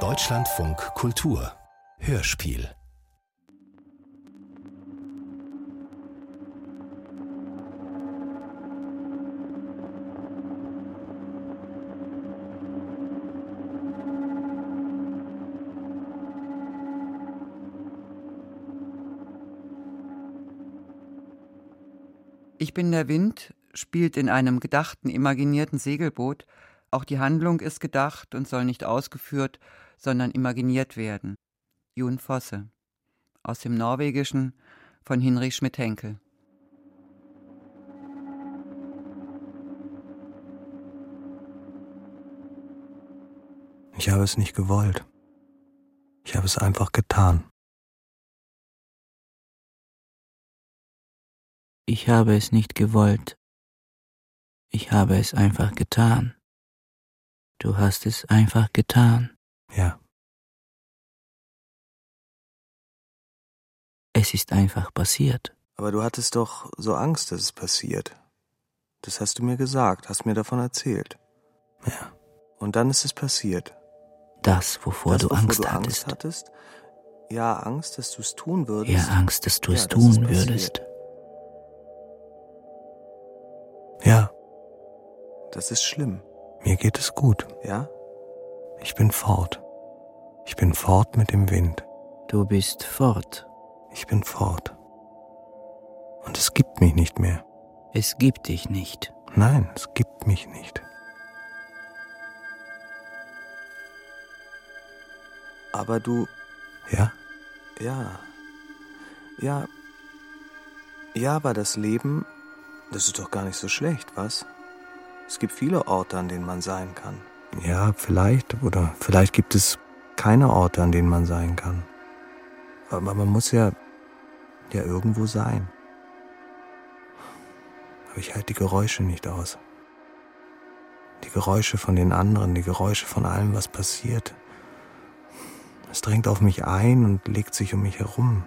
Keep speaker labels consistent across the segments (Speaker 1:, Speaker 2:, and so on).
Speaker 1: Deutschlandfunk Kultur Hörspiel
Speaker 2: Ich bin der Wind spielt in einem gedachten, imaginierten Segelboot. Auch die Handlung ist gedacht und soll nicht ausgeführt, sondern imaginiert werden. Jun Fosse. Aus dem Norwegischen von Hinrich Schmidt-Henkel.
Speaker 3: Ich habe es nicht gewollt. Ich habe es einfach getan.
Speaker 4: Ich habe es nicht gewollt. Ich habe es einfach getan. Du hast es einfach getan.
Speaker 3: Ja,
Speaker 4: Es ist einfach passiert.
Speaker 3: aber du hattest doch so Angst, dass es passiert. Das hast du mir gesagt, hast mir davon erzählt. Ja. Und dann ist es passiert.
Speaker 4: Das, wovor
Speaker 3: das,
Speaker 4: du
Speaker 3: wovor
Speaker 4: Angst
Speaker 3: du
Speaker 4: hattest.
Speaker 3: Angst hattest. Ja, Angst, dass du es tun
Speaker 4: ja,
Speaker 3: würdest.
Speaker 4: Angst, dass du
Speaker 3: Ja,
Speaker 4: es
Speaker 3: das ist
Speaker 4: tun
Speaker 3: passiert.
Speaker 4: würdest.
Speaker 3: Ja,
Speaker 5: Das ist schlimm,
Speaker 3: mir geht es gut.
Speaker 5: ja?
Speaker 3: Ich bin fort. Ich bin fort mit dem Wind.
Speaker 4: Du bist fort.
Speaker 3: Ich bin fort. Und es gibt mich nicht mehr.
Speaker 4: Es gibt dich nicht.
Speaker 3: Nein, es gibt mich nicht.
Speaker 5: Aber du,
Speaker 3: Ja?
Speaker 5: ja. Ja. Ja, aber das Leben, das ist doch gar nicht so schlecht, was? Es gibt viele Orte, an denen man sein kann.
Speaker 3: Ja, vielleicht. Oder vielleicht gibt es keine Orte, an denen man sein kann. Aber man muss ja, ja irgendwo sein. Aber ich halte die Geräusche nicht aus. Die Geräusche von den anderen, die Geräusche von allem, was passiert. Es dringt auf mich ein und legt sich um mich herum.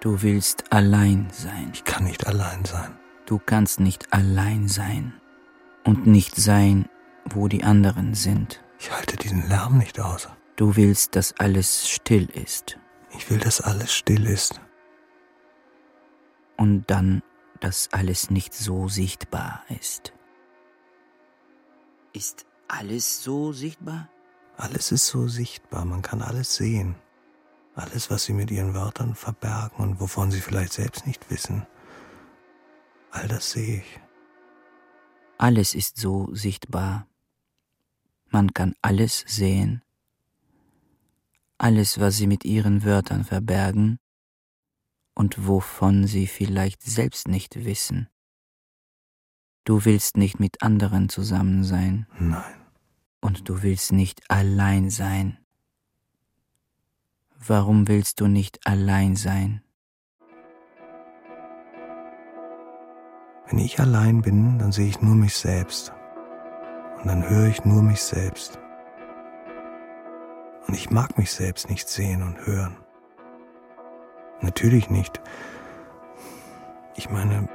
Speaker 4: Du willst allein sein.
Speaker 3: Ich kann nicht allein sein.
Speaker 4: Du kannst nicht allein sein. Und nicht sein, wo die anderen sind.
Speaker 3: Ich halte diesen Lärm nicht aus.
Speaker 4: Du willst, dass alles still ist.
Speaker 3: Ich will, dass alles still ist.
Speaker 4: Und dann, dass alles nicht so sichtbar ist. Ist alles so sichtbar?
Speaker 3: Alles ist so sichtbar, man kann alles sehen. Alles, was sie mit ihren Wörtern verbergen und wovon sie vielleicht selbst nicht wissen. All das sehe ich.
Speaker 4: Alles ist so sichtbar. Man kann alles sehen. Alles, was sie mit ihren Wörtern verbergen und wovon sie vielleicht selbst nicht wissen. Du willst nicht mit anderen zusammen sein
Speaker 3: Nein,
Speaker 4: und du willst nicht allein sein. Warum willst du nicht allein sein?
Speaker 3: wenn ich allein bin, dann sehe ich nur mich selbst. Und dann höre ich nur mich selbst. Und ich mag mich selbst nicht sehen und hören. Natürlich nicht. Ich meine,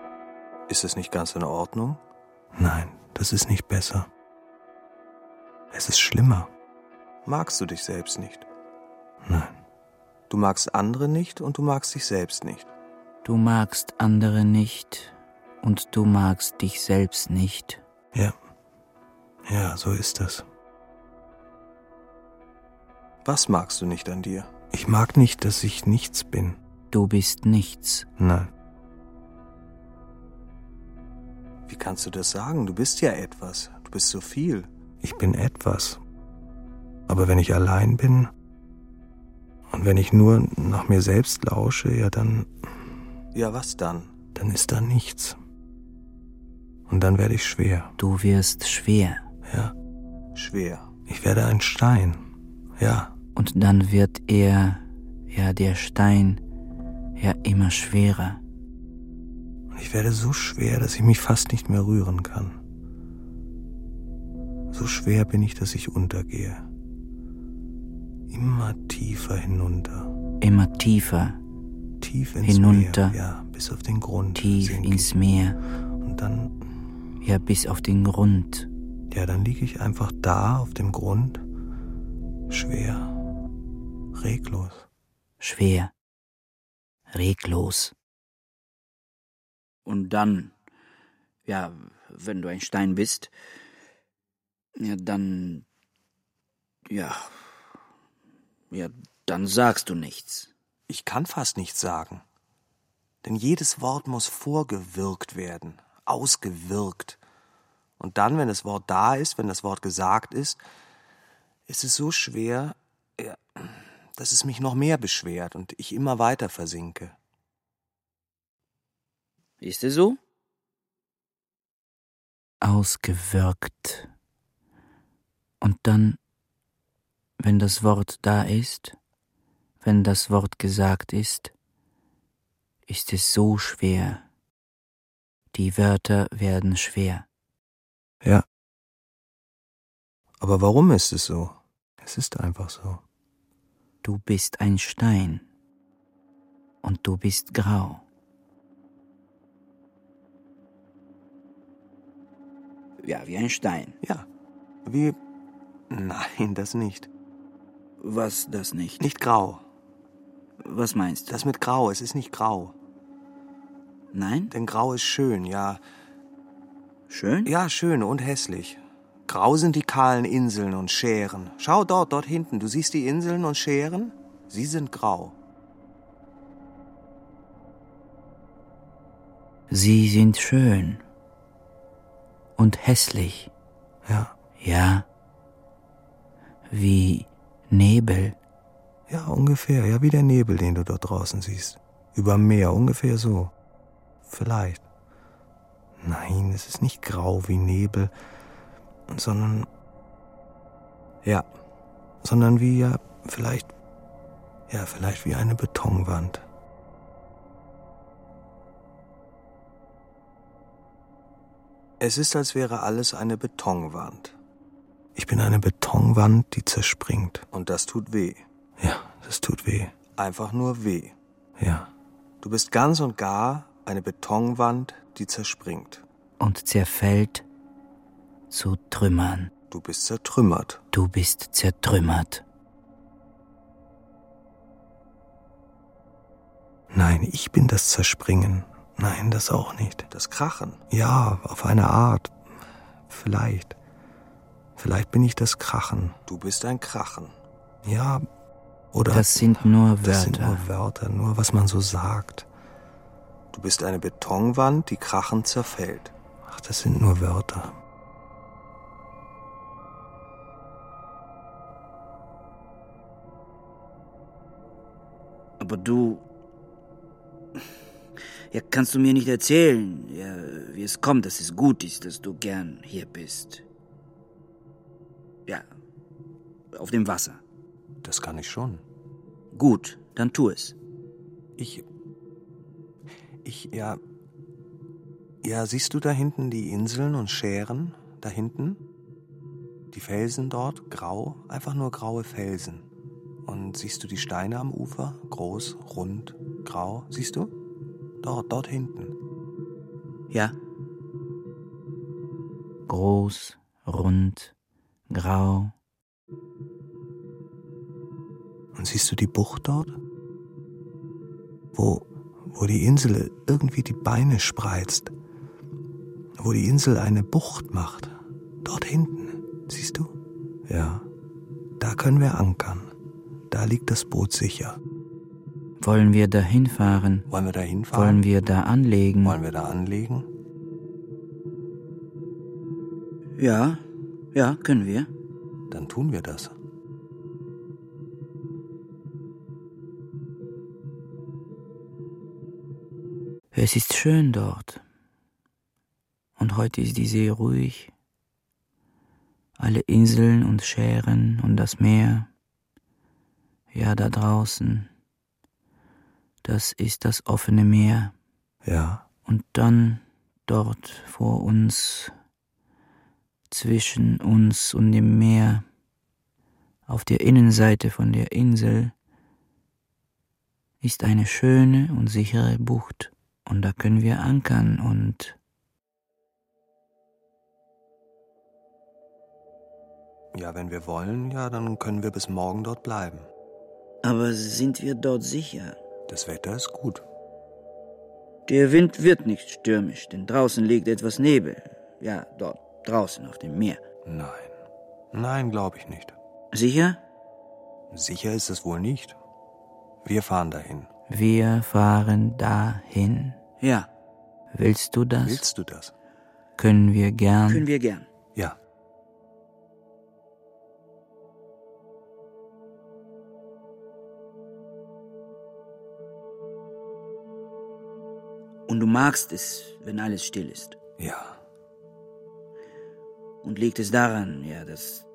Speaker 5: Ist es nicht ganz in Ordnung?
Speaker 3: nein, das ist nicht besser. Es ist schlimmer.
Speaker 5: Magst du dich selbst nicht?
Speaker 3: Nein.
Speaker 5: Du magst andere nicht und du magst dich selbst nicht.
Speaker 4: Du magst andere nicht und du magst dich selbst nicht.
Speaker 3: Ja. Ja, so ist das.
Speaker 5: Was magst du nicht an dir?
Speaker 3: Ich mag nicht, dass ich nichts bin.
Speaker 4: Du bist nichts.
Speaker 3: Nein.
Speaker 5: Wie kannst du das sagen? Du bist ja etwas. Du bist so viel.
Speaker 3: Ich bin etwas. Aber wenn ich allein bin und wenn ich nur nach mir selbst lausche, ja dann,
Speaker 5: Ja, was dann?
Speaker 3: dann ist da nichts. Und dann werde ich schwer.
Speaker 4: Du wirst schwer.
Speaker 3: Ja.
Speaker 5: Schwer.
Speaker 3: Ich werde ein Stein. Ja.
Speaker 4: Und dann wird er, ja, der Stein, ja, immer schwerer.
Speaker 3: Und ich werde so schwer, dass ich mich fast nicht mehr rühren kann. So schwer bin ich, dass ich untergehe. Immer tiefer hinunter.
Speaker 4: Immer tiefer,
Speaker 3: tief ins
Speaker 4: Hinunter.
Speaker 3: Meer, ja, bis auf den Grund
Speaker 4: tief
Speaker 3: sinke
Speaker 4: ins
Speaker 3: ich.
Speaker 4: Meer.
Speaker 3: Und dann
Speaker 4: ja bis auf den Grund.
Speaker 6: Ja, dann liege ich einfach da auf dem Grund, schwer, reglos.
Speaker 4: schwer, reglos. Und dann, ja, wenn du ein Stein bist, ja, dann, ja, ja, dann sagst du nichts.
Speaker 3: Ich kann fast nichts sagen. Denn jedes Wort muss vorgewirkt werden, ausgewirkt. Und dann, wenn das Wort da ist, wenn das Wort gesagt ist, ist es so schwer, ja, dass es mich noch mehr beschwert und ich immer weiter versinke.
Speaker 4: Ist es so? Ausgewirkt. Und dann, wenn das Wort da ist, wenn das Wort gesagt ist, ist es so schwer. Die Wörter werden schwer.
Speaker 6: Ja. Aber warum ist es so? Es ist einfach so.
Speaker 4: Du bist ein Stein und du bist grau. Ja, wie ein Stein.
Speaker 3: Ja. Wie. Nein, das nicht.
Speaker 4: Was das nicht?
Speaker 3: Nicht grau.
Speaker 4: Was meinst du?
Speaker 3: Das mit grau, es ist nicht grau.
Speaker 4: Nein?
Speaker 3: Denn grau ist schön, ja.
Speaker 4: Schön?
Speaker 3: Ja, schön und hässlich. Grau sind die kahlen Inseln und Schären. Schau dort, dort hinten. Du siehst die Inseln und Schären? Sie sind grau.
Speaker 4: Sie sind schön und hässlich,
Speaker 6: Ja.
Speaker 4: ja. Wie Nebel.
Speaker 6: Ja, ungefähr. Ja, wie der Nebel, den du dort draußen siehst. Über dem Meer, ungefähr so. Vielleicht. Nein, es ist nicht grau wie Nebel, sondern. Ja. Sondern wie ja, vielleicht. Ja, vielleicht wie eine Betonwand.
Speaker 3: Es ist, als wäre alles eine Betonwand.
Speaker 6: Ich bin eine Betonwand, die zerspringt.
Speaker 3: Und das tut weh.
Speaker 6: Ja, das tut weh.
Speaker 3: Einfach nur weh.
Speaker 6: Ja.
Speaker 3: Du bist ganz und gar eine Betonwand, die zerspringt.
Speaker 4: und zerfällt zu Trümmern.
Speaker 3: Du bist zertrümmert.
Speaker 4: Du bist zertrümmert.
Speaker 6: Nein, ich bin das Zerspringen. Nein, das auch nicht.
Speaker 3: Das Krachen.
Speaker 6: Ja, auf eine Art. Vielleicht. Vielleicht bin ich das Krachen.
Speaker 3: Du bist ein Krachen.
Speaker 6: Ja, oder.
Speaker 4: Das sind nur Wörter.
Speaker 6: Das sind nur Wörter, nur was man so sagt.
Speaker 3: Du bist eine Betonwand, die krachend zerfällt.
Speaker 6: Ach, das sind nur Wörter.
Speaker 7: Aber du. Ja, kannst du mir nicht erzählen, ja, wie es kommt, dass es gut ist, dass du gern hier bist. Ja, auf dem Wasser.
Speaker 3: Das kann ich schon.
Speaker 7: Gut, dann tu es.
Speaker 3: Ich. Ich, ja. Ja, siehst du da hinten die Inseln und Schären? Da hinten? Die Felsen dort, grau, einfach nur graue Felsen. Und siehst du die Steine am Ufer? Groß, rund, grau. Siehst du? Dort, dort hinten.
Speaker 7: Ja,
Speaker 4: Groß, rund, grau.
Speaker 6: Und siehst du die Bucht dort? Wo, wo die Insel irgendwie die Beine spreizt. Wo die Insel eine Bucht macht. Dort hinten. Siehst du? Ja. Da können wir ankern. Da liegt das Boot sicher.
Speaker 4: Wollen wir dahin fahren?
Speaker 3: Wollen wir da hinfahren?
Speaker 4: Wollen wir da anlegen?
Speaker 3: Wollen wir da anlegen?
Speaker 7: ja, ja, können wir.
Speaker 3: Dann tun wir das.
Speaker 4: Es ist schön dort. Und heute ist die See ruhig. Alle Inseln und Schären und das Meer. Ja, da draußen. Das ist das offene Meer.
Speaker 6: Ja.
Speaker 4: Und dann dort vor uns, zwischen uns und dem Meer, auf der Innenseite von der Insel, ist eine schöne und sichere Bucht, und da können wir ankern und
Speaker 3: Ja, wenn wir wollen, ja, dann können wir bis morgen dort bleiben.
Speaker 4: Aber sind wir dort sicher?
Speaker 3: Das Wetter ist gut.
Speaker 4: Der Wind wird nicht stürmisch, denn draußen liegt etwas Nebel. Ja, dort draußen auf dem Meer.
Speaker 3: Nein. Nein, glaube ich nicht.
Speaker 4: Sicher?
Speaker 3: Sicher ist es wohl nicht. Wir fahren dahin.
Speaker 8: Wir fahren dahin.
Speaker 4: Ja,
Speaker 8: Willst du das?
Speaker 3: Willst du das?
Speaker 8: Können wir gern.
Speaker 4: können wir gern.
Speaker 3: Ja.
Speaker 4: Und du magst es, wenn alles still ist.
Speaker 3: Ja.
Speaker 4: Und liegt es daran, ja, dass,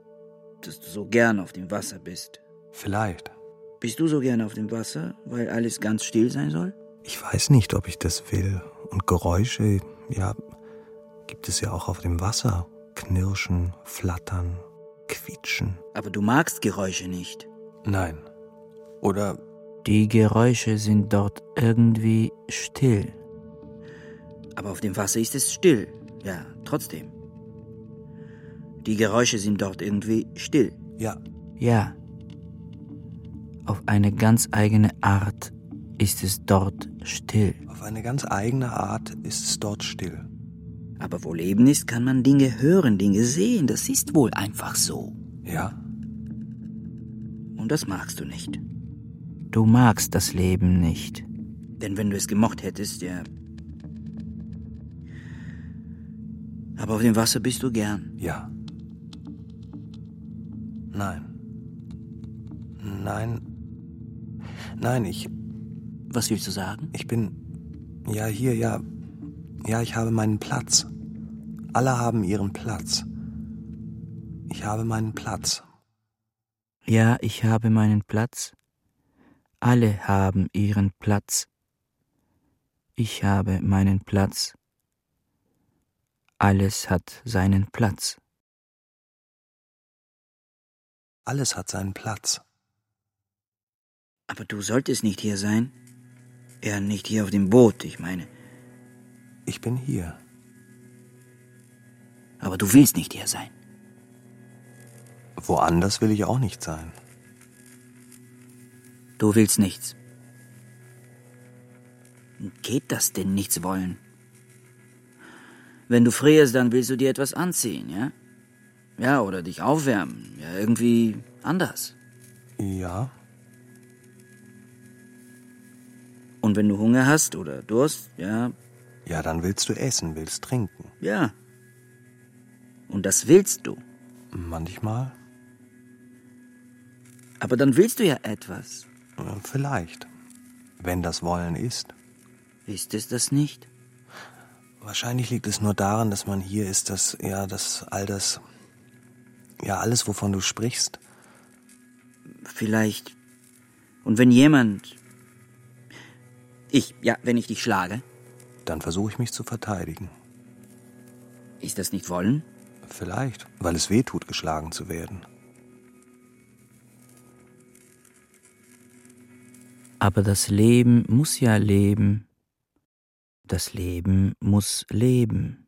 Speaker 4: dass du so gern auf dem Wasser bist.
Speaker 3: Vielleicht.
Speaker 4: Bist du so gern auf dem Wasser, weil alles ganz still sein soll?
Speaker 9: Ich weiß nicht, ob ich das will. Und Geräusche, ja, gibt es ja auch auf dem Wasser. Knirschen, flattern, quietschen.
Speaker 4: Aber du magst Geräusche nicht.
Speaker 3: Nein. Oder
Speaker 8: Die Geräusche sind dort irgendwie still.
Speaker 4: Aber auf dem Wasser ist es still. Ja, trotzdem. Die Geräusche sind dort irgendwie still.
Speaker 3: ja,
Speaker 8: Ja. Auf eine ganz eigene Art ist es dort still.
Speaker 3: auf eine ganz eigene Art ist es dort still.
Speaker 4: Aber wo Leben ist, kann man Dinge hören, Dinge sehen. Das ist wohl einfach so.
Speaker 3: Ja?
Speaker 4: Und das magst du nicht.
Speaker 8: Du magst das Leben nicht.
Speaker 4: Denn wenn du es gemocht hättest, ja. Aber auf dem Wasser bist du gern.
Speaker 3: Ja. Nein. Nein. Nein, ich,
Speaker 4: Was willst du sagen?
Speaker 3: ich bin. Ja, hier, ja. Ja, ich habe meinen Platz. Alle haben ihren Platz. Ich habe meinen Platz.
Speaker 8: Ja, ich habe meinen Platz. Alle haben ihren Platz. Ich habe meinen Platz. Alles hat seinen Platz.
Speaker 3: Alles hat seinen Platz.
Speaker 4: Aber du solltest nicht hier sein. Ja, nicht hier auf dem Boot, ich meine.
Speaker 3: Ich bin hier.
Speaker 4: Aber du willst nicht hier sein.
Speaker 3: Woanders will ich auch nicht sein.
Speaker 4: Du willst nichts. Geht das denn nichts wollen? Wenn du frierst, dann willst du dir etwas anziehen, ja? Ja, oder dich aufwärmen. Ja, irgendwie anders.
Speaker 3: Ja,
Speaker 4: Und wenn du Hunger hast oder Durst, ja,
Speaker 3: ja, dann willst du essen, willst trinken.
Speaker 4: ja. Und das willst du.
Speaker 3: Manchmal?
Speaker 4: Aber dann willst du ja etwas.
Speaker 3: äh, Vielleicht. Wenn das Wollen ist.
Speaker 4: Ist es das nicht?
Speaker 3: Wahrscheinlich liegt es nur daran, dass man hier ist, dass ja, dass all das, ja, alles, wovon du sprichst,
Speaker 4: Vielleicht. Und wenn jemand. Ich, ja, wenn ich dich schlage,
Speaker 3: dann versuche ich mich zu verteidigen.
Speaker 4: ist das nicht wollen?
Speaker 3: Vielleicht, weil es weh tut, geschlagen zu werden.
Speaker 8: Aber das Leben muss ja leben. Das Leben muss leben.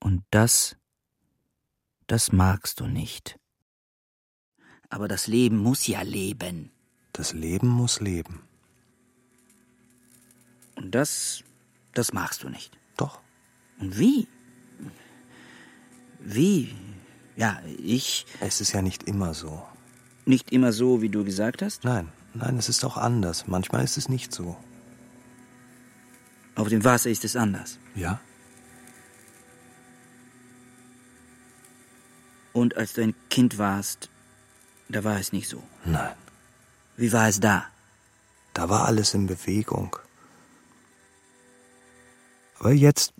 Speaker 8: Und das, das magst du nicht.
Speaker 4: Aber das Leben muss ja leben.
Speaker 3: Das Leben muss leben.
Speaker 4: Und das, das magst du nicht.
Speaker 3: Doch,
Speaker 4: Und wie? Wie? Ja, ich
Speaker 3: es ist ja nicht immer so.
Speaker 4: nicht immer so, wie du gesagt hast.
Speaker 3: Nein, nein, es ist auch anders. Manchmal ist es nicht so.
Speaker 4: Auf dem Wasser ist es anders.
Speaker 3: Ja?
Speaker 4: Und als du ein Kind warst, da war es nicht so.
Speaker 3: Nein.
Speaker 4: Wie war es da?
Speaker 3: Da war alles in Bewegung.
Speaker 9: Aber jetzt,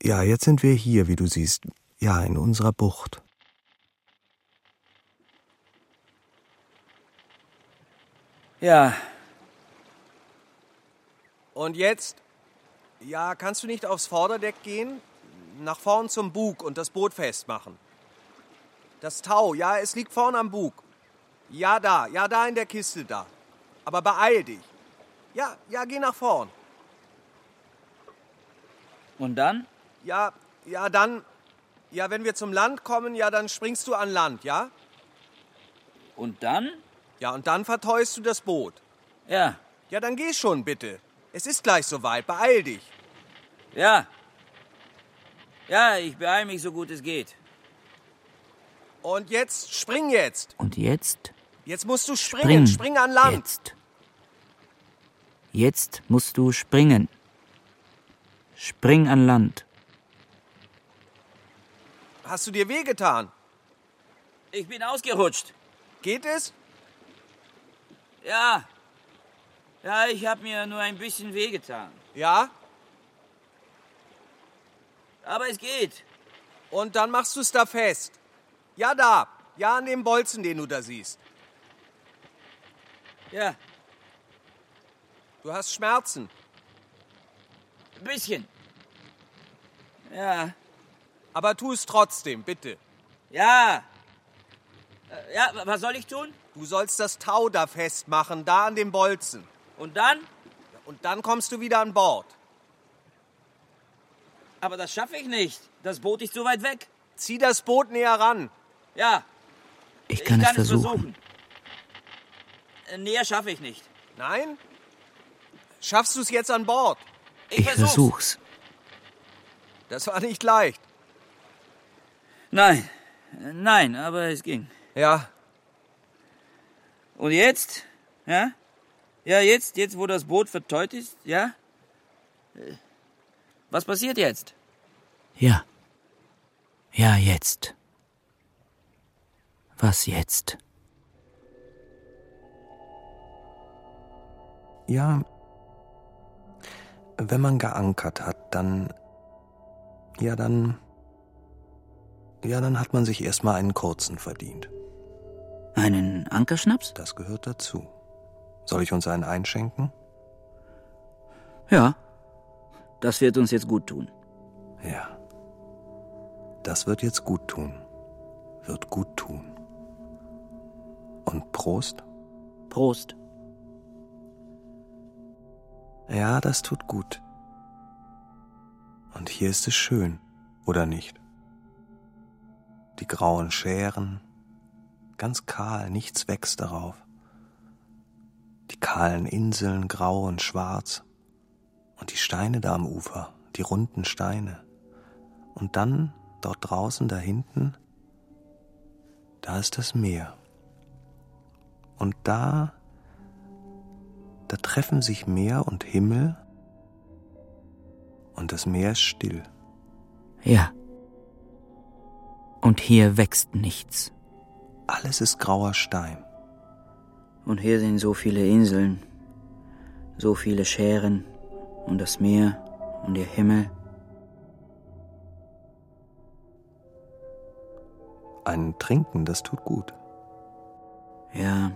Speaker 9: ja, jetzt sind wir hier, wie du siehst. Ja, in unserer Bucht.
Speaker 4: Ja,
Speaker 3: Und jetzt? Ja, kannst du nicht aufs Vorderdeck gehen? Nach vorn zum Bug und das Boot festmachen. Das Tau, ja, es liegt vorn am Bug. Ja, da, ja, da in der Kiste, da. Aber beeil dich. Ja, ja, geh nach vorn.
Speaker 4: und dann?
Speaker 3: Ja, ja, dann. Ja, wenn wir zum Land kommen, ja, dann springst du an Land, ja?
Speaker 4: Und dann?
Speaker 3: Ja, und dann verteust du das Boot.
Speaker 4: Ja,
Speaker 3: Ja, dann geh schon, bitte. Es ist gleich soweit, beeil dich.
Speaker 4: ja. Ja, ich beeile mich so gut es geht.
Speaker 3: Und jetzt spring jetzt.
Speaker 8: Und jetzt?
Speaker 3: Jetzt musst du
Speaker 8: Spring.
Speaker 3: springen, spring an Land.
Speaker 8: Jetzt. Jetzt musst du springen. Spring an Land.
Speaker 3: Hast du dir wehgetan?
Speaker 4: Ich bin ausgerutscht.
Speaker 3: Geht es?
Speaker 4: Ja. Ja, ich habe mir nur ein bisschen wehgetan.
Speaker 3: Ja?
Speaker 4: Aber es geht.
Speaker 3: Und dann machst du es da fest. Ja, da. Ja, an dem Bolzen, den du da siehst.
Speaker 4: Ja,
Speaker 3: Du hast Schmerzen.
Speaker 4: ein bisschen. Ja,
Speaker 3: Aber tu es trotzdem, bitte.
Speaker 4: ja. Äh, Ja, wa- was soll ich tun?
Speaker 3: Du sollst das Tau da festmachen, da an dem Bolzen.
Speaker 4: Und dann?
Speaker 3: Und dann kommst du wieder an Bord.
Speaker 4: Aber das schaffe ich nicht. Das Boot ist zu weit weg.
Speaker 3: Zieh das Boot näher ran.
Speaker 4: Ja,
Speaker 8: Ich kann, es versuchen.
Speaker 4: Äh, Näher schaffe ich nicht.
Speaker 3: Nein? Schaffst du es jetzt an Bord?
Speaker 4: Ich,
Speaker 8: Ich
Speaker 4: versuch's.
Speaker 8: versuch's.
Speaker 3: Das war nicht leicht.
Speaker 4: Nein, Äh, nein, aber es ging.
Speaker 3: Ja,
Speaker 4: Und jetzt? Ja? Ja, jetzt, jetzt, wo das Boot verteut ist, ja? Äh, Was passiert jetzt?
Speaker 8: Ja. Ja, jetzt. Was jetzt?
Speaker 3: Ja, wenn man geankert hat, dann. Ja, dann. Ja, dann hat man sich erstmal einen kurzen verdient.
Speaker 8: Einen Ankerschnaps?
Speaker 3: Das gehört dazu. Soll ich uns einen einschenken?
Speaker 8: Ja.
Speaker 4: Das wird uns jetzt gut tun.
Speaker 3: Ja. Das wird jetzt gut tun. Wird gut tun. Und Prost?
Speaker 8: Prost.
Speaker 3: Ja, das tut gut. Und hier ist es schön, oder nicht? Die grauen Schären, ganz kahl, nichts wächst darauf. Die kahlen Inseln, grau und schwarz. Und die Steine da am Ufer, die runden Steine. Und dann, dort draußen, da hinten, da ist das Meer. Und da da treffen sich Meer und Himmel und das Meer ist still.
Speaker 8: Ja. Und hier wächst nichts.
Speaker 3: Alles ist grauer Stein.
Speaker 4: Und hier sind so viele Inseln, so viele Schären und das Meer und der Himmel.
Speaker 3: Ein Trinken, das tut gut.
Speaker 4: Ja,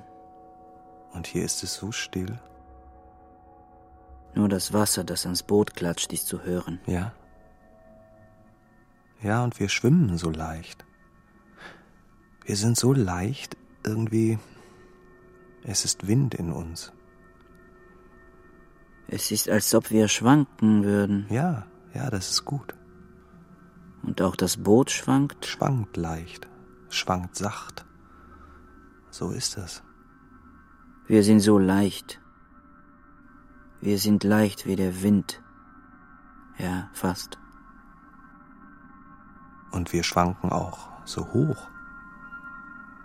Speaker 3: Und hier ist es so still.
Speaker 4: nur das Wasser, das ans Boot klatscht, ist zu hören.
Speaker 3: Ja. Ja, und wir schwimmen so leicht. Wir sind so leicht, irgendwie. Es ist Wind in uns.
Speaker 4: Es ist, als ob wir schwanken würden.
Speaker 3: Ja, ja, das ist gut.
Speaker 4: Und auch das Boot schwankt.
Speaker 3: Schwankt leicht, schwankt sacht. So ist das.
Speaker 4: Wir sind so leicht. Wir sind leicht wie der Wind. Ja, fast.
Speaker 3: Und wir schwanken auch so hoch,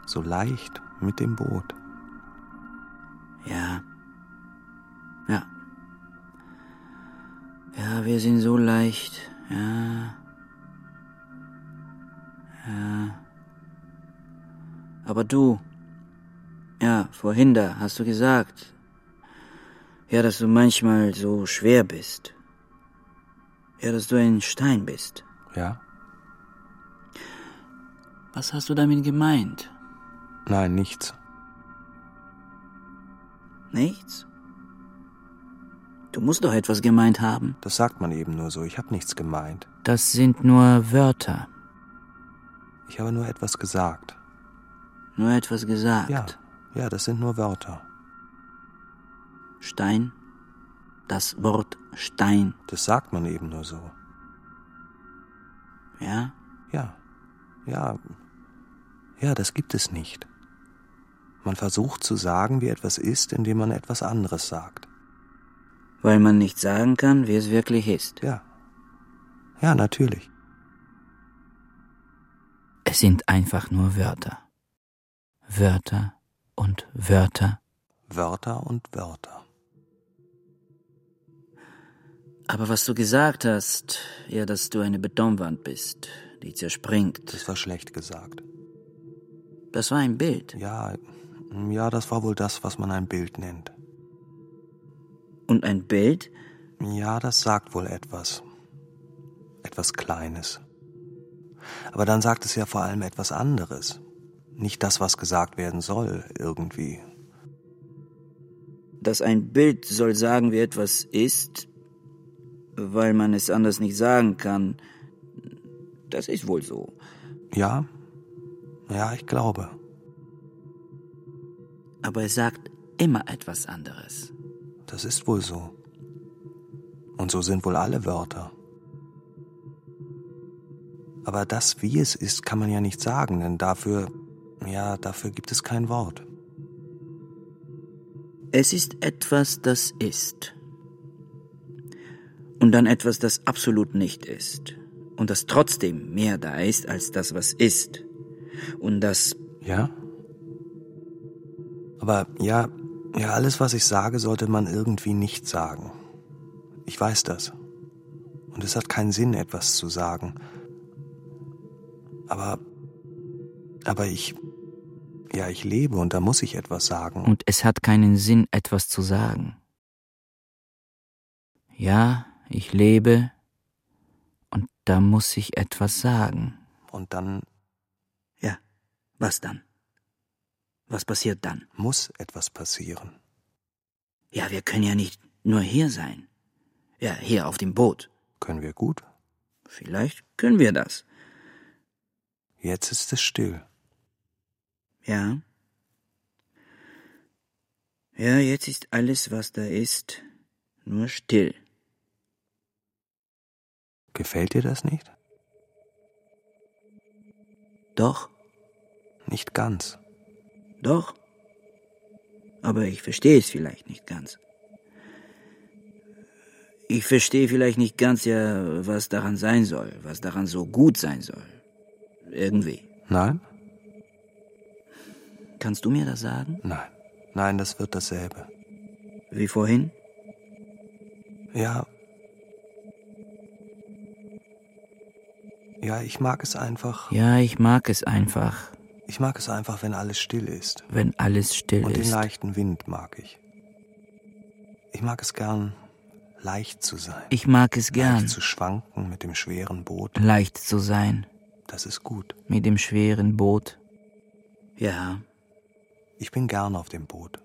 Speaker 3: so leicht mit dem Boot.
Speaker 4: Ja. Ja. Ja, wir sind so leicht. Ja. Ja. Aber du. Ja, vorhin da hast du gesagt. Ja, dass du manchmal so schwer bist. Ja, dass du ein Stein bist.
Speaker 3: Ja?
Speaker 4: Was hast du damit gemeint?
Speaker 3: Nein, nichts.
Speaker 4: Nichts? Du musst doch etwas gemeint haben.
Speaker 3: Das sagt man eben nur so. Ich habe nichts gemeint.
Speaker 8: Das sind nur Wörter.
Speaker 3: Ich habe nur etwas gesagt.
Speaker 4: Nur etwas gesagt.
Speaker 3: Ja, ja, das sind nur Wörter.
Speaker 4: Stein. Das Wort Stein.
Speaker 3: Das sagt man eben nur so.
Speaker 4: Ja?
Speaker 3: Ja, ja, ja, das gibt es nicht. Man versucht zu sagen, wie etwas ist, indem man etwas anderes sagt.
Speaker 4: Weil man nicht sagen kann, wie es wirklich ist.
Speaker 3: Ja. Ja, natürlich.
Speaker 8: Es sind einfach nur Wörter. Wörter und Wörter.
Speaker 3: Wörter und Wörter.
Speaker 4: Aber was du gesagt hast, ja, dass du eine Betonwand bist, die zerspringt.
Speaker 3: Das war schlecht gesagt.
Speaker 4: Das war ein Bild.
Speaker 3: Ja, ja, das war wohl das, was man ein Bild nennt.
Speaker 4: Und ein Bild?
Speaker 3: Ja, das sagt wohl etwas. Etwas Kleines. Aber dann sagt es ja vor allem etwas anderes. Nicht das, was gesagt werden soll, irgendwie.
Speaker 4: Dass ein Bild soll sagen, wie etwas ist, weil man es anders nicht sagen kann, das ist wohl so.
Speaker 3: Ja, ja, ich glaube.
Speaker 4: Aber es sagt immer etwas anderes.
Speaker 3: Das ist wohl so. Und so sind wohl alle Wörter. Aber das, wie es ist, kann man ja nicht sagen, denn dafür, ja, dafür gibt es kein Wort.
Speaker 4: Es ist etwas, das ist. Und dann etwas, das absolut nicht ist. Und das trotzdem mehr da ist als das, was ist. Und das
Speaker 3: Ja? Aber ja, ja, alles, was ich sage, sollte man irgendwie nicht sagen. Ich weiß das. Und es hat keinen Sinn, etwas zu sagen. Aber, aber ich, ja, ich lebe und da muss ich etwas sagen.
Speaker 8: Und es hat keinen Sinn, etwas zu sagen. Ja, ich lebe und da muss ich etwas sagen.
Speaker 3: Und dann
Speaker 4: Ja, was dann? Was passiert dann?
Speaker 3: muss etwas passieren.
Speaker 4: Ja, wir können ja nicht nur hier sein. Ja, hier auf dem Boot.
Speaker 3: Können wir gut?
Speaker 4: Vielleicht können wir das.
Speaker 3: Jetzt ist es still.
Speaker 4: Ja. Ja, jetzt ist alles, was da ist, nur still.
Speaker 3: Gefällt dir das nicht?
Speaker 4: Doch,
Speaker 3: Nicht ganz.
Speaker 4: doch. Aber ich verstehe es vielleicht nicht ganz. Ich verstehe vielleicht nicht ganz ja, was daran sein soll, was daran so gut sein soll. Irgendwie.
Speaker 3: Nein?
Speaker 4: Kannst du mir das sagen?
Speaker 3: Nein. Nein, das wird dasselbe.
Speaker 4: Wie vorhin?
Speaker 3: Ja. Ja, ich mag es einfach.
Speaker 8: Ja, ich mag es einfach,
Speaker 3: Ich mag es einfach, wenn alles still ist.
Speaker 8: wenn alles still
Speaker 3: Und den
Speaker 8: ist.
Speaker 3: leichten Wind mag ich. Ich mag es gern, leicht zu sein.
Speaker 8: Ich mag es gern,
Speaker 3: Leicht zu schwanken mit dem schweren Boot.
Speaker 8: leicht zu sein,
Speaker 3: Das ist gut.
Speaker 8: mit dem schweren Boot.
Speaker 4: Ja,
Speaker 3: Ich bin gern auf dem Boot.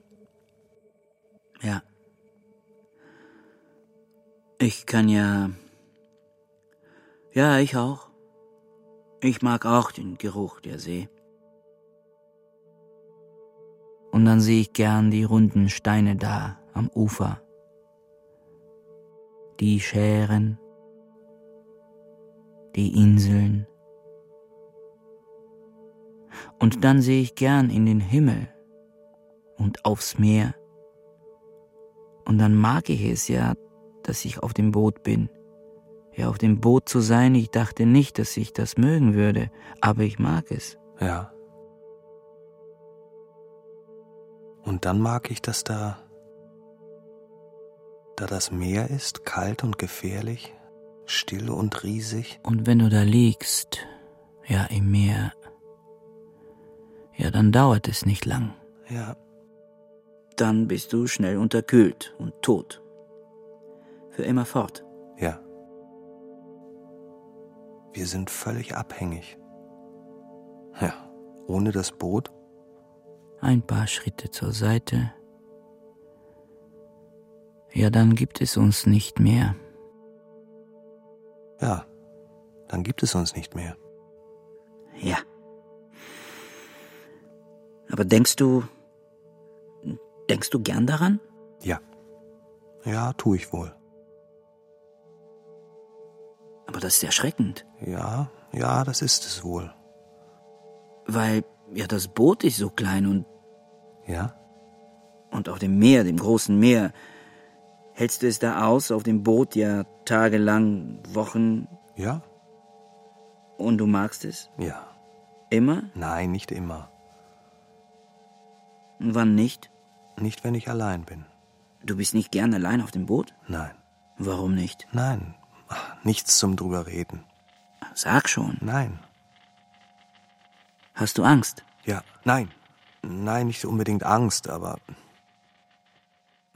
Speaker 4: ja. Ich kann ja. Ja, ich auch. Ich mag auch den Geruch der See.
Speaker 8: Und dann sehe ich gern die runden Steine da am Ufer. Die Schären, die Inseln. Und dann sehe ich gern in den Himmel und aufs Meer. Und dann mag ich es ja, dass ich auf dem Boot bin. Ja, auf dem Boot zu sein, ich dachte nicht, dass ich das mögen würde, aber ich mag es.
Speaker 3: Ja. Und dann mag ich, dass da, da das Meer ist, kalt und gefährlich, still und riesig.
Speaker 8: Und wenn du da liegst, ja im Meer, ja dann dauert es nicht lang.
Speaker 3: Ja,
Speaker 4: Dann bist du schnell unterkühlt und tot. Für immer fort.
Speaker 3: ja. Wir sind völlig abhängig. Ja, ohne das Boot?
Speaker 8: Ein paar Schritte zur Seite, ja dann gibt es uns nicht mehr.
Speaker 3: Ja, dann gibt es uns nicht mehr.
Speaker 4: Ja. Aber denkst du. Denkst du gern daran?
Speaker 3: Ja. Ja, tu ich wohl.
Speaker 4: Aber das ist erschreckend.
Speaker 3: Ja, Ja, das ist es wohl.
Speaker 4: Weil ja das Boot ist so klein und,
Speaker 3: Ja?
Speaker 4: und auf dem Meer, dem großen Meer, hältst du es da aus, auf dem Boot ja tagelang, Wochen
Speaker 3: Ja?
Speaker 4: und du magst es?
Speaker 3: Ja.
Speaker 4: Immer?
Speaker 3: Nein, nicht immer.
Speaker 4: Und wann nicht?
Speaker 3: Nicht, wenn ich allein bin.
Speaker 4: Du bist nicht gern allein auf dem Boot?
Speaker 3: Nein.
Speaker 4: Warum nicht?
Speaker 3: Nein. Ach, nichts zum drüber reden.
Speaker 4: Sag schon.
Speaker 3: Nein.
Speaker 4: Hast du Angst?
Speaker 3: Ja. Nein. Nein, nicht unbedingt Angst, aber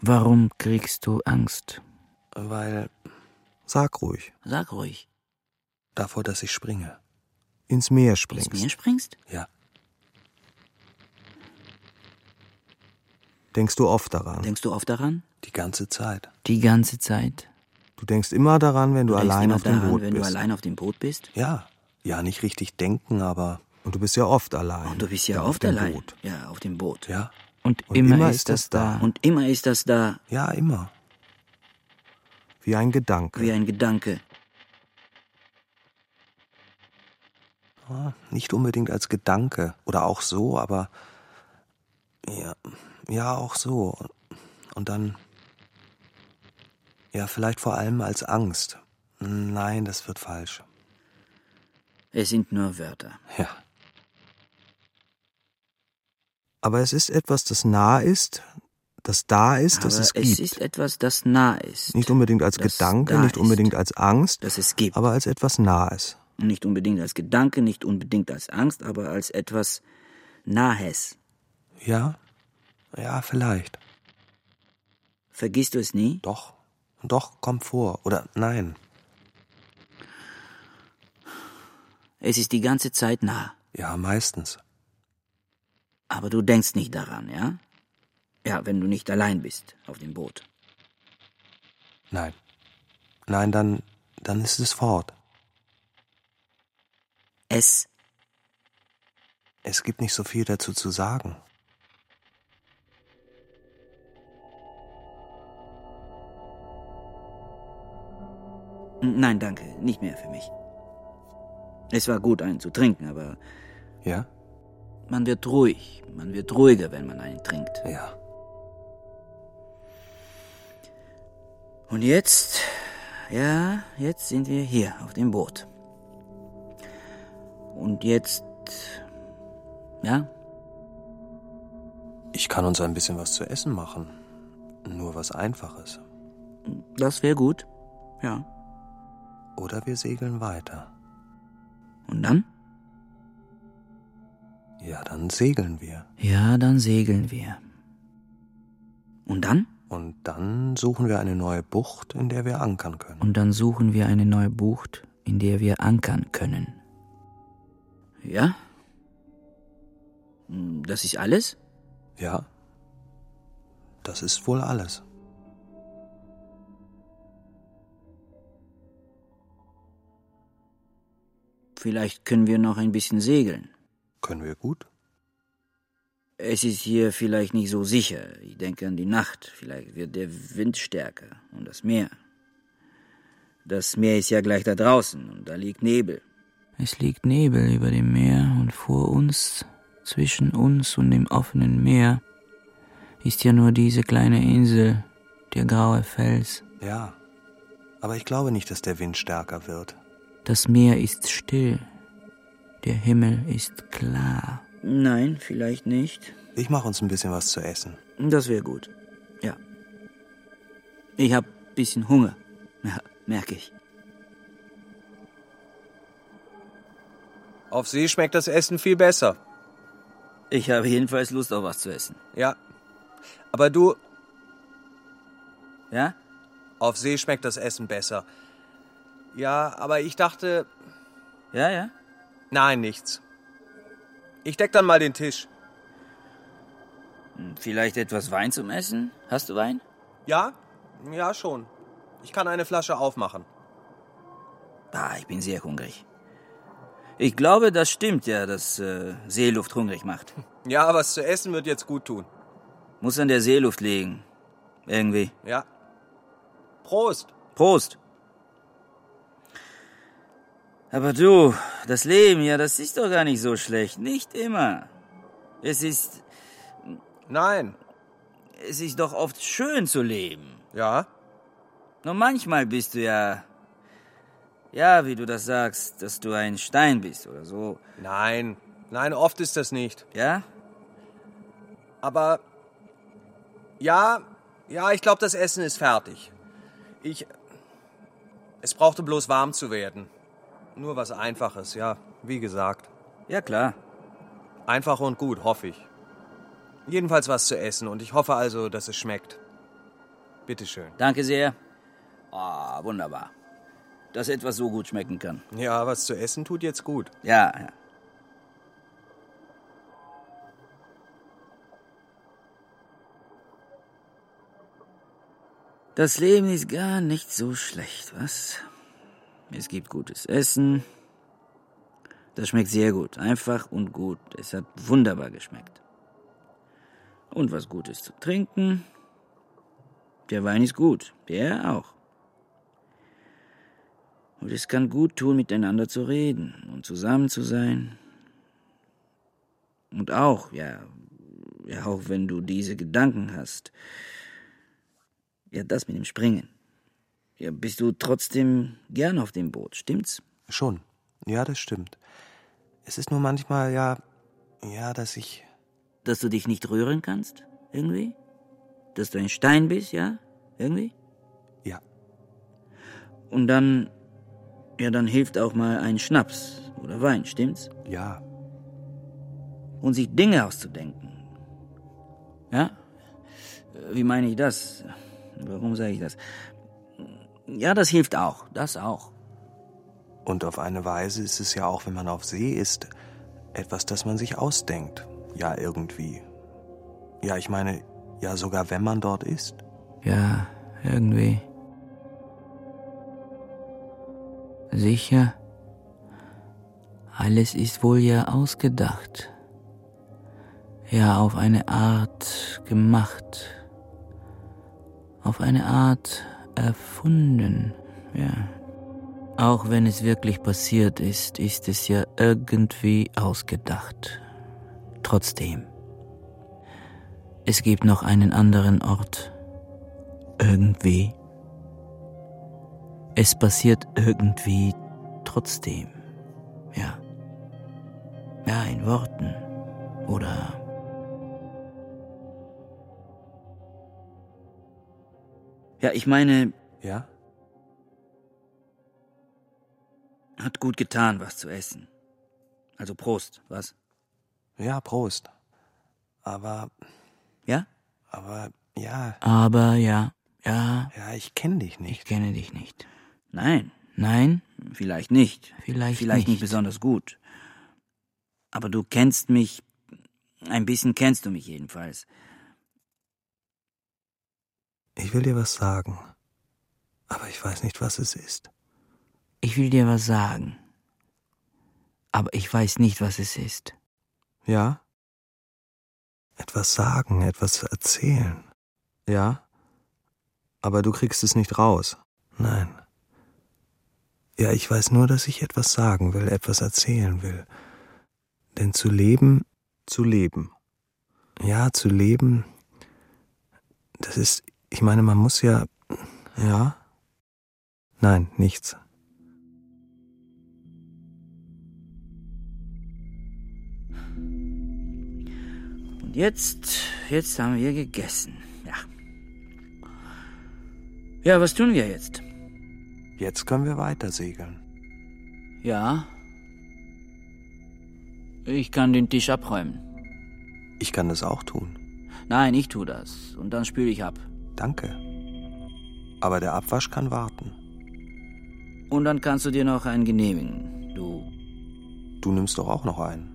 Speaker 8: Warum kriegst du Angst?
Speaker 3: weil
Speaker 9: Sag ruhig.
Speaker 4: Sag ruhig.
Speaker 3: davor, dass ich springe.
Speaker 9: Ins Meer
Speaker 4: Ins
Speaker 9: springst.
Speaker 4: Meer springst?
Speaker 3: Ja.
Speaker 9: Denkst du oft daran?
Speaker 4: Denkst du oft daran?
Speaker 3: Die ganze Zeit.
Speaker 8: Die ganze Zeit?
Speaker 9: du denkst immer daran, wenn du,
Speaker 4: denkst
Speaker 9: allein
Speaker 4: immer
Speaker 9: auf dem
Speaker 4: daran,
Speaker 9: Boot
Speaker 4: wenn
Speaker 9: bist.
Speaker 4: du allein auf dem Boot bist?
Speaker 3: Ja. Ja, nicht richtig denken, aber
Speaker 9: Und du bist ja oft allein.
Speaker 4: Und du bist ja
Speaker 9: Dann auf
Speaker 4: oft
Speaker 9: dem
Speaker 4: allein.
Speaker 9: Boot.
Speaker 4: Ja, auf dem Boot.
Speaker 3: ja.
Speaker 8: Und,
Speaker 9: Und
Speaker 8: immer,
Speaker 9: immer
Speaker 8: ist das da.
Speaker 4: Und immer ist das da
Speaker 3: Ja, immer.
Speaker 9: Wie ein Gedanke.
Speaker 4: wie ein Gedanke.
Speaker 3: Ah, Nicht unbedingt als Gedanke oder auch so, aber ja, ja auch so. Und dann ja, vielleicht vor allem als Angst. Nein, das wird falsch.
Speaker 4: Es sind nur Wörter.
Speaker 3: Ja,
Speaker 9: Aber es ist etwas, das nah ist, das da ist, das es
Speaker 4: Aber es
Speaker 9: gibt.
Speaker 4: ist etwas, das nah ist.
Speaker 9: nicht unbedingt als
Speaker 4: das
Speaker 9: Gedanke,
Speaker 4: da
Speaker 9: nicht
Speaker 4: ist.
Speaker 9: unbedingt als Angst,
Speaker 4: das es gibt.
Speaker 9: aber als etwas Nahes.
Speaker 4: nicht unbedingt als Gedanke, nicht unbedingt als Angst, aber als etwas Nahes.
Speaker 3: ja, ja, vielleicht.
Speaker 4: Vergisst du es nie?
Speaker 3: Doch, doch, kommt vor. Oder nein,
Speaker 4: Es ist die ganze Zeit nah.
Speaker 3: ja, meistens.
Speaker 4: Aber du denkst nicht daran, ja? Ja, wenn du nicht allein bist auf dem Boot.
Speaker 3: Nein. Nein, dann, dann ist es fort.
Speaker 4: Es,
Speaker 3: Es gibt nicht so viel dazu zu sagen.
Speaker 4: nein, danke, nicht mehr für mich. Es war gut, einen zu trinken, aber
Speaker 3: Ja?
Speaker 4: man wird ruhig. Man wird ruhiger, wenn man einen trinkt.
Speaker 3: Ja.
Speaker 4: Und jetzt, ja, jetzt sind wir hier auf dem Boot. Und jetzt, ja,
Speaker 3: Ich kann uns ein bisschen was zu essen machen. Nur was Einfaches.
Speaker 4: das wäre gut. Ja.
Speaker 3: Oder wir segeln weiter.
Speaker 4: Und dann?
Speaker 3: Ja, dann segeln wir.
Speaker 8: Ja, dann segeln wir.
Speaker 4: Und dann?
Speaker 3: Und dann suchen wir eine neue Bucht, in der wir ankern können.
Speaker 8: Und dann suchen wir eine neue Bucht, in der wir ankern können.
Speaker 4: Ja? Hm, Das ist alles?
Speaker 3: Ja? Das ist wohl alles.
Speaker 4: Vielleicht können wir noch ein bisschen segeln.
Speaker 3: Können wir gut?
Speaker 4: Es ist hier vielleicht nicht so sicher. Ich denke an die Nacht. Vielleicht wird der Wind stärker und das Meer. Das Meer ist ja gleich da draußen und da liegt Nebel.
Speaker 8: Es liegt Nebel über dem Meer und vor uns, zwischen uns und dem offenen Meer, ist ja nur diese kleine Insel, der graue Fels.
Speaker 3: Ja. Aber ich glaube nicht, dass der Wind stärker wird.
Speaker 8: Das Meer ist still, der Himmel ist klar.
Speaker 4: Nein, vielleicht nicht.
Speaker 3: Ich mache uns ein bisschen was zu essen.
Speaker 4: Das wäre gut. Ja. Ich hab bisschen Hunger. Ja, merke ich.
Speaker 3: Auf See schmeckt das Essen viel besser.
Speaker 4: Ich habe jedenfalls Lust auf was zu essen.
Speaker 3: Ja. Aber du,
Speaker 4: Ja?
Speaker 3: auf See schmeckt das Essen besser. Ja, aber ich dachte,
Speaker 4: Ja, ja.
Speaker 3: nein, nichts. Ich deck dann mal den Tisch.
Speaker 4: Vielleicht etwas Wein zum Essen? Hast du Wein?
Speaker 3: Ja? Ja, schon. Ich kann eine Flasche aufmachen.
Speaker 4: Ah, ich bin sehr hungrig. Ich glaube, das stimmt ja, dass äh, Seeluft hungrig macht.
Speaker 3: Ja, was zu essen wird jetzt gut tun.
Speaker 4: Muss an der Seeluft liegen. Irgendwie.
Speaker 3: Ja. Prost!
Speaker 4: Prost! Aber du, das Leben, ja, das ist doch gar nicht so schlecht. Nicht immer. Es ist,
Speaker 3: Nein.
Speaker 4: es ist doch oft schön zu leben.
Speaker 3: Ja?
Speaker 4: Nur manchmal bist du ja, ja, wie du das sagst, dass du ein Stein bist oder so.
Speaker 3: Nein. Nein, oft ist das nicht.
Speaker 4: Ja?
Speaker 3: Aber ja, ja, ich glaube, das Essen ist fertig. Ich es brauchte bloß warm zu werden. Nur was einfaches, ja, wie gesagt,
Speaker 4: Ja, klar.
Speaker 3: einfach und gut, hoffe ich. Jedenfalls was zu essen und ich hoffe also, dass es schmeckt. Bitteschön.
Speaker 4: Danke sehr. Ah, wunderbar. Dass etwas so gut schmecken kann.
Speaker 3: Ja, was zu essen tut jetzt gut.
Speaker 4: Ja, ja. Das Leben ist gar nicht so schlecht, was? Es gibt gutes Essen. Das schmeckt sehr gut, einfach und gut. Es hat wunderbar geschmeckt. Und was Gutes zu trinken. Der Wein ist gut, der auch. Und es kann gut tun, miteinander zu reden und zusammen zu sein. Und auch, ja, ja, auch wenn du diese Gedanken hast. Ja, das mit dem Springen. Ja, bist du trotzdem gern auf dem Boot, stimmt's?
Speaker 3: Schon. Ja, das stimmt. Es ist nur manchmal ja ja, dass ich
Speaker 4: Dass du dich nicht rühren kannst? Irgendwie? Dass du ein Stein bist, ja? Irgendwie?
Speaker 3: ja,
Speaker 4: Und dann, ja, dann hilft auch mal ein Schnaps oder Wein, stimmt's?
Speaker 3: ja,
Speaker 4: und sich Dinge auszudenken. Ja? Äh, Wie meine ich das? Warum sage ich das? Ja, das hilft auch. Das auch.
Speaker 3: Und auf eine Weise ist es ja auch, wenn man auf See ist, etwas, das man sich ausdenkt. Ja, irgendwie. Ja, ich meine, ja, sogar wenn man dort ist.
Speaker 8: Ja, irgendwie. Sicher. Alles ist wohl ja ausgedacht. Ja, auf eine Art gemacht. Auf eine Art erfunden. Ja. Auch wenn es wirklich passiert ist, ist es ja irgendwie ausgedacht. Trotzdem. Es gibt noch einen anderen Ort irgendwie. Es passiert irgendwie trotzdem. Ja. Ja, in Worten. Oder
Speaker 4: Ja, ich meine,
Speaker 3: Ja?
Speaker 4: hat gut getan, was zu essen. Also Prost, was?
Speaker 3: Ja, Prost. Aber,
Speaker 4: Ja?
Speaker 3: aber, ja,
Speaker 8: aber ja, ja,
Speaker 3: ja, ich kenne dich
Speaker 8: ich
Speaker 3: nicht.
Speaker 8: kenne dich nicht.
Speaker 4: Nein,
Speaker 8: Nein,
Speaker 4: vielleicht nicht.
Speaker 8: vielleicht,
Speaker 4: Vielleicht nicht besonders gut. Aber du kennst mich. Ein bisschen kennst du mich jedenfalls.
Speaker 9: Ich will dir was sagen, aber ich weiß nicht, was es ist.
Speaker 8: Ich will dir was sagen. Aber ich weiß nicht, was es ist.
Speaker 9: Ja? Etwas sagen, etwas erzählen. Ja? Aber du kriegst es nicht raus. Nein. Ja, ich weiß nur, dass ich etwas sagen will, etwas erzählen will. Denn zu leben, zu leben. Ja, zu leben, das ist, ich meine, man muss ja, ja? Nein, nichts.
Speaker 4: Und jetzt, jetzt haben wir gegessen. Ja. Ja, was tun wir jetzt?
Speaker 3: Jetzt können wir weiter segeln.
Speaker 8: Ja. Ich kann den Tisch abräumen.
Speaker 3: Ich kann das auch tun.
Speaker 8: Nein, ich tu das. Und dann spüle ich ab.
Speaker 3: Danke. Aber der Abwasch kann warten.
Speaker 8: Und dann kannst du dir noch einen genehmigen. Du.
Speaker 3: Du nimmst doch auch noch einen.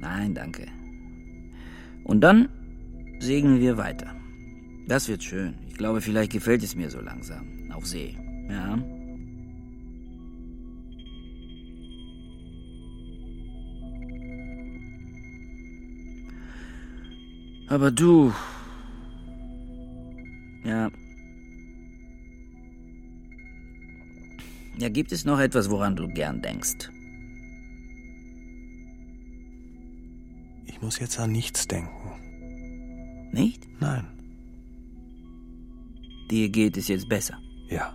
Speaker 8: Nein, danke. Und dann segeln wir weiter.
Speaker 4: Das wird schön. Ich glaube, vielleicht gefällt es mir so langsam. Auf See. Ja. Aber du. Ja. Ja, Ja, gibt es noch etwas, woran du gern denkst?
Speaker 3: Ich muss jetzt an nichts denken.
Speaker 4: Nicht?
Speaker 3: Nein.
Speaker 4: Dir geht es jetzt besser.
Speaker 3: Ja.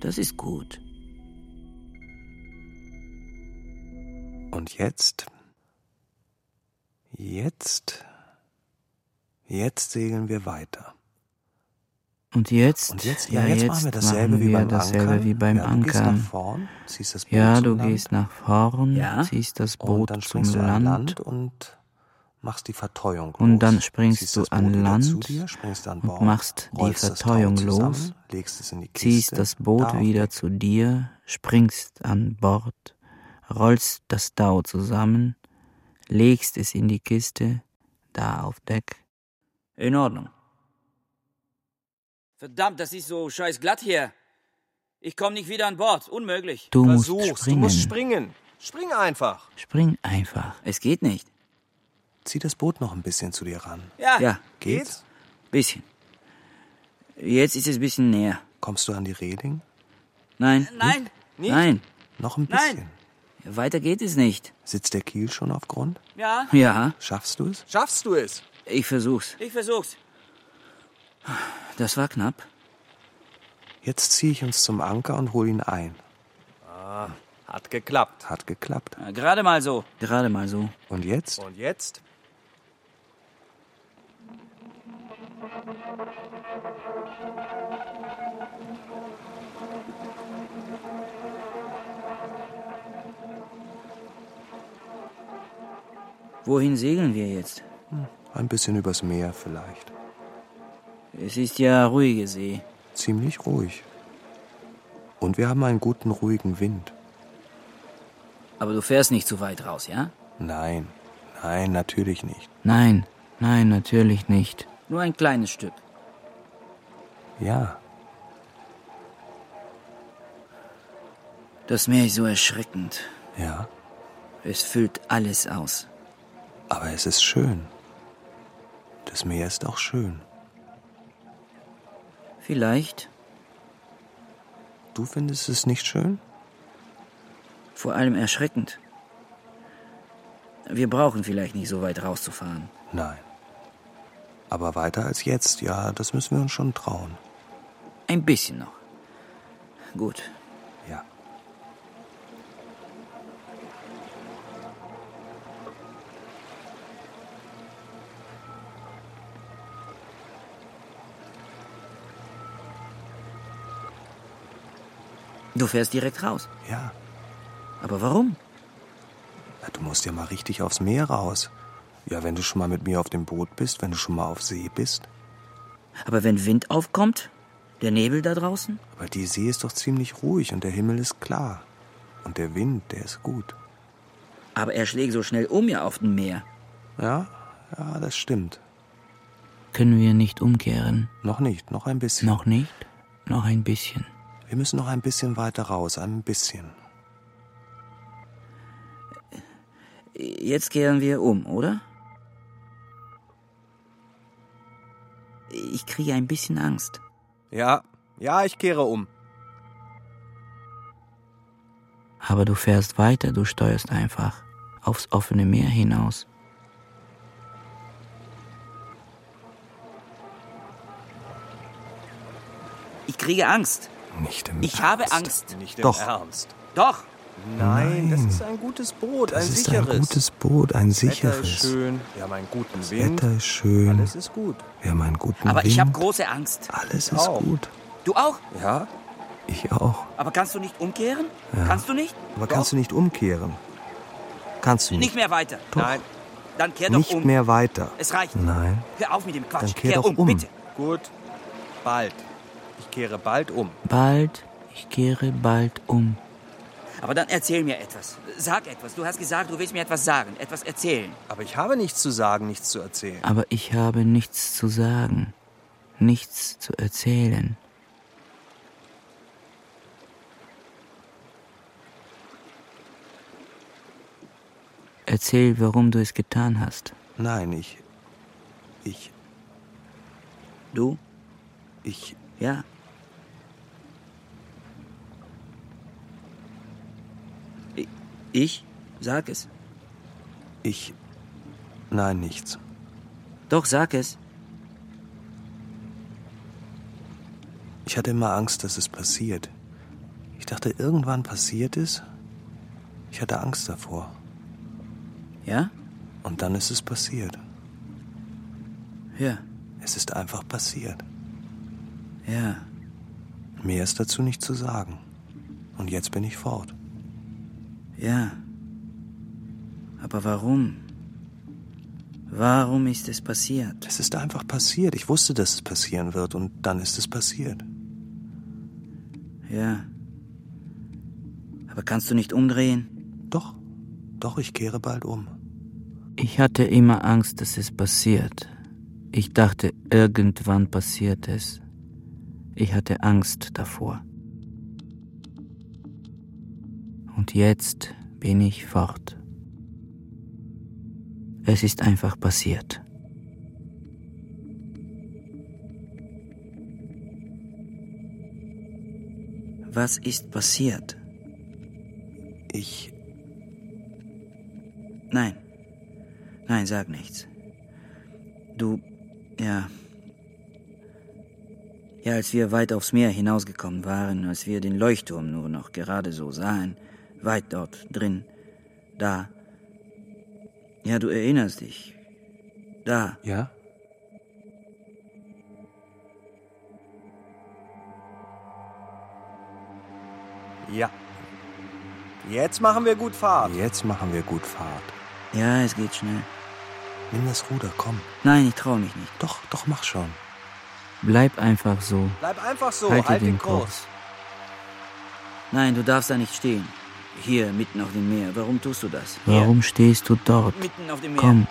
Speaker 4: Das ist gut.
Speaker 3: Und jetzt? Jetzt? Jetzt segeln wir weiter.
Speaker 8: Und jetzt?
Speaker 3: Und jetzt, ja, jetzt, machen wir dasselbe
Speaker 8: machen
Speaker 3: wie
Speaker 8: wir
Speaker 3: beim
Speaker 8: dasselbe
Speaker 3: Ankern.
Speaker 8: wie beim
Speaker 3: ja, Du gehst
Speaker 8: Ankern.
Speaker 3: nach vorn, ziehst das Boot
Speaker 8: Ja,
Speaker 3: zum
Speaker 8: du
Speaker 3: Land
Speaker 8: gehst nach vorn,
Speaker 4: Ja.
Speaker 8: ziehst das
Speaker 3: und
Speaker 8: Boot
Speaker 3: dann
Speaker 8: zum
Speaker 3: springst du an
Speaker 8: Land.
Speaker 3: Land und machst die Verteuung
Speaker 8: Und
Speaker 3: los.
Speaker 8: dann springst
Speaker 3: Ziehst
Speaker 8: du
Speaker 3: das Boot
Speaker 8: an
Speaker 3: wieder
Speaker 8: Land
Speaker 3: zu dir, springst an
Speaker 8: und
Speaker 3: Bord,
Speaker 8: machst die
Speaker 3: rollst das Tau
Speaker 8: Verteuung
Speaker 3: zusammen,
Speaker 8: los,
Speaker 3: legst es in die Kiste,
Speaker 8: ziehst das Boot
Speaker 3: da auf
Speaker 8: wieder zu dir, springst an Bord, rollst das Tau zusammen, legst es in die Kiste, da auf Deck.
Speaker 4: In Ordnung. Verdammt, das ist so scheiß glatt hier. Ich komme nicht wieder an Bord. Unmöglich.
Speaker 8: Du musst
Speaker 3: Versuch's,
Speaker 8: springen.
Speaker 3: du musst springen. Spring einfach.
Speaker 8: Spring einfach.
Speaker 4: Es geht nicht.
Speaker 3: Zieh das Boot noch ein bisschen zu dir ran.
Speaker 4: Ja. Ja,
Speaker 3: Geht's?
Speaker 4: bisschen. Jetzt ist es ein bisschen näher.
Speaker 3: Kommst du an die Reding?
Speaker 4: Nein. Äh, Nein.
Speaker 3: Nicht?
Speaker 4: Nein.
Speaker 3: Noch ein
Speaker 4: Nein.
Speaker 3: bisschen.
Speaker 4: Weiter geht es nicht.
Speaker 3: Sitzt der Kiel schon auf Grund?
Speaker 4: Ja,
Speaker 3: Schaffst du es?
Speaker 10: Schaffst du es?
Speaker 4: ich versuch's.
Speaker 10: Ich versuch's.
Speaker 4: Das war knapp.
Speaker 3: Jetzt zieh ich uns zum Anker und hol ihn ein.
Speaker 10: Hat geklappt.
Speaker 3: Hat geklappt.
Speaker 10: Na, gerade mal so.
Speaker 4: Gerade mal so.
Speaker 3: Und jetzt?
Speaker 10: Und jetzt?
Speaker 4: Wohin segeln wir jetzt?
Speaker 3: Ein bisschen übers Meer vielleicht.
Speaker 4: Es ist ja ruhige See.
Speaker 3: Ziemlich ruhig. Und wir haben einen guten, ruhigen Wind.
Speaker 4: Aber du fährst nicht zu weit raus, ja?
Speaker 3: Nein, nein, natürlich nicht.
Speaker 8: Nein, nein, natürlich nicht.
Speaker 4: Nur ein kleines Stück.
Speaker 3: Ja,
Speaker 4: Das Meer ist so erschreckend.
Speaker 3: ja,
Speaker 4: Es füllt alles aus.
Speaker 3: aber es ist schön. Das Meer ist auch schön.
Speaker 4: Vielleicht,
Speaker 3: Du findest es nicht schön?
Speaker 4: vor allem erschreckend. Wir brauchen vielleicht nicht so weit rauszufahren.
Speaker 3: Nein. Aber weiter als jetzt, ja, das müssen wir uns schon trauen.
Speaker 4: Ein bisschen noch. Gut.
Speaker 3: Ja.
Speaker 4: Du fährst direkt raus.
Speaker 3: Ja,
Speaker 4: Aber warum?
Speaker 3: Na, du musst ja mal richtig aufs Meer raus. Ja, wenn du schon mal mit mir auf dem Boot bist, wenn du schon mal auf See bist.
Speaker 4: Aber wenn Wind aufkommt, der Nebel da draußen,
Speaker 3: Aber die See ist doch ziemlich ruhig und der Himmel ist klar. Und der Wind, der ist gut.
Speaker 4: aber er schlägt so schnell um ja auf dem Meer.
Speaker 3: Ja, ja, das stimmt.
Speaker 8: Können wir nicht umkehren?
Speaker 3: Noch nicht, noch ein bisschen.
Speaker 8: Noch nicht? Noch ein bisschen.
Speaker 3: Wir müssen noch ein bisschen weiter raus, ein bisschen.
Speaker 4: Jetzt kehren wir um, oder? Ich kriege ein bisschen Angst.
Speaker 10: Ja. Ja, ich kehre um.
Speaker 8: Aber du fährst weiter, du steuerst einfach aufs offene Meer hinaus.
Speaker 4: Ich kriege Angst.
Speaker 9: Nicht im
Speaker 4: Ich habe Angst.
Speaker 10: Nicht im
Speaker 9: Doch.
Speaker 10: Ernst.
Speaker 4: Doch.
Speaker 10: Nein, das ist ein gutes Boot,
Speaker 9: Das
Speaker 10: ein
Speaker 9: ist
Speaker 10: sicheres.
Speaker 9: ein gutes Boot, ein
Speaker 10: Wetter ist
Speaker 9: sicheres.
Speaker 10: schön. Wir haben einen guten Wind.
Speaker 9: Wetter ist schön.
Speaker 10: Alles ist gut.
Speaker 9: Wir haben einen guten
Speaker 4: Aber
Speaker 9: Wind.
Speaker 4: ich habe große Angst.
Speaker 9: Alles ist
Speaker 10: auch.
Speaker 9: gut.
Speaker 4: Du auch?
Speaker 10: Ja?
Speaker 9: Ich auch.
Speaker 4: Aber kannst du nicht umkehren? Kannst du nicht?
Speaker 9: Aber kannst du nicht umkehren?
Speaker 3: Kannst du
Speaker 4: Nicht mehr weiter.
Speaker 10: Nein.
Speaker 4: Dann kehr doch
Speaker 9: Nicht
Speaker 4: um.
Speaker 9: mehr weiter.
Speaker 4: Es reicht.
Speaker 9: Nein.
Speaker 4: Hör auf mit dem Quatsch.
Speaker 9: Dann kehr doch um.
Speaker 4: bitte.
Speaker 10: Gut. Bald. Ich kehre bald um.
Speaker 8: Bald, ich kehre bald um.
Speaker 4: Aber dann erzähl mir etwas. Sag etwas. Du hast gesagt, du willst mir etwas sagen, etwas erzählen.
Speaker 10: Aber ich habe nichts zu sagen, nichts zu erzählen.
Speaker 8: Aber ich habe nichts zu sagen, nichts zu erzählen. Erzähl, warum du es getan hast.
Speaker 3: Nein, ich. Ich.
Speaker 4: Du?
Speaker 3: Ich,
Speaker 11: Ja, I- ich sag es.
Speaker 3: ich. Nein, nichts.
Speaker 11: Doch, sag es.
Speaker 3: Ich hatte immer Angst, dass es passiert. Ich dachte, irgendwann passiert es. Ich hatte Angst davor.
Speaker 11: Ja?
Speaker 3: Und dann ist es passiert.
Speaker 11: Ja.
Speaker 3: Es ist einfach passiert.
Speaker 11: Ja.
Speaker 3: Mehr ist dazu nicht zu sagen. Und jetzt bin ich fort.
Speaker 11: Ja. Aber warum? Warum ist es passiert?
Speaker 3: Es ist einfach passiert. Ich wusste, dass es passieren wird. Und dann ist es passiert.
Speaker 11: Ja. Aber kannst du nicht umdrehen?
Speaker 3: Doch, doch, ich kehre bald um.
Speaker 4: Ich hatte immer Angst, dass es passiert. Ich dachte, irgendwann passiert es. Ich hatte Angst davor. Und jetzt bin ich fort. Es ist einfach passiert.
Speaker 11: Was ist passiert?
Speaker 3: Ich,
Speaker 11: Nein. Nein, sag nichts. Du, ja. Ja, als wir weit aufs Meer hinausgekommen waren, als wir den Leuchtturm nur noch gerade so sahen, weit dort drin, da. Ja, du erinnerst dich. Da.
Speaker 3: ja?
Speaker 10: Ja. Jetzt machen wir gut Fahrt.
Speaker 3: Jetzt machen wir gut Fahrt.
Speaker 11: Ja, es geht schnell.
Speaker 3: Nimm das Ruder, komm.
Speaker 11: Nein, ich traue mich nicht.
Speaker 3: Doch, doch, mach schon.
Speaker 4: Bleib einfach so.
Speaker 10: Bleib einfach so,
Speaker 4: Halte
Speaker 10: halt
Speaker 4: den
Speaker 10: den Kurs.
Speaker 4: Kurs.
Speaker 11: Nein, du darfst da nicht stehen. Hier, mitten auf dem Meer. Warum tust du das? Hier,
Speaker 4: Warum stehst du dort?
Speaker 11: Mitten auf dem Meer.
Speaker 4: Komm,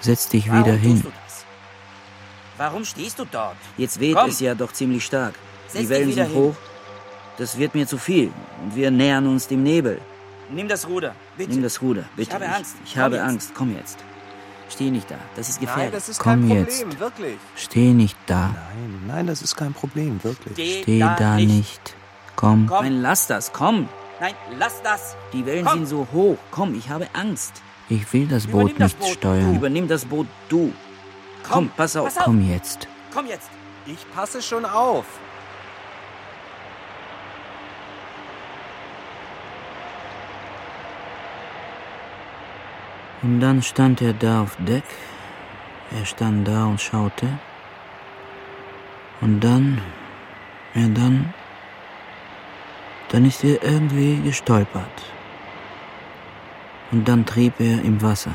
Speaker 4: setz dich
Speaker 11: Warum
Speaker 4: wieder hin.
Speaker 11: Tust du das? Warum stehst du dort? Jetzt weht es ja doch ziemlich stark.
Speaker 12: Setz
Speaker 11: Die
Speaker 12: dich
Speaker 11: Wellen
Speaker 12: wieder
Speaker 11: sind
Speaker 12: hin.
Speaker 11: hoch. Das wird mir zu viel. Und wir nähern uns dem Nebel.
Speaker 12: Nimm das Ruder. Bitte.
Speaker 11: Nimm das Ruder, bitte.
Speaker 12: habe Angst.
Speaker 11: Ich,
Speaker 12: Komm
Speaker 11: habe
Speaker 12: jetzt.
Speaker 11: Angst. Komm jetzt. Steh nicht da. Das ist gefährlich.
Speaker 10: Nein, das ist
Speaker 4: Komm
Speaker 10: kein Problem,
Speaker 4: jetzt.
Speaker 10: wirklich.
Speaker 4: Steh nicht da.
Speaker 3: Nein, nein, das ist kein Problem, wirklich.
Speaker 12: Steh
Speaker 4: Steh da nicht. Komm,
Speaker 12: Komm.
Speaker 11: Nein, lass das. Komm.
Speaker 12: Nein, lass das.
Speaker 11: Die Wellen
Speaker 12: Komm.
Speaker 11: sind so hoch. Komm, ich habe Angst.
Speaker 4: ich will das
Speaker 12: Übernimm
Speaker 4: Boot
Speaker 12: das
Speaker 4: nicht
Speaker 12: Boot.
Speaker 4: steuern.
Speaker 11: Übernimm das Boot, du. Komm, pass auf.
Speaker 12: pass auf.
Speaker 4: Komm jetzt.
Speaker 12: Komm jetzt.
Speaker 10: Ich passe schon auf.
Speaker 4: Und dann stand er da auf Deck. Er stand da und schaute. Und dann, ja dann, dann ist er irgendwie gestolpert. Und dann trieb er im Wasser.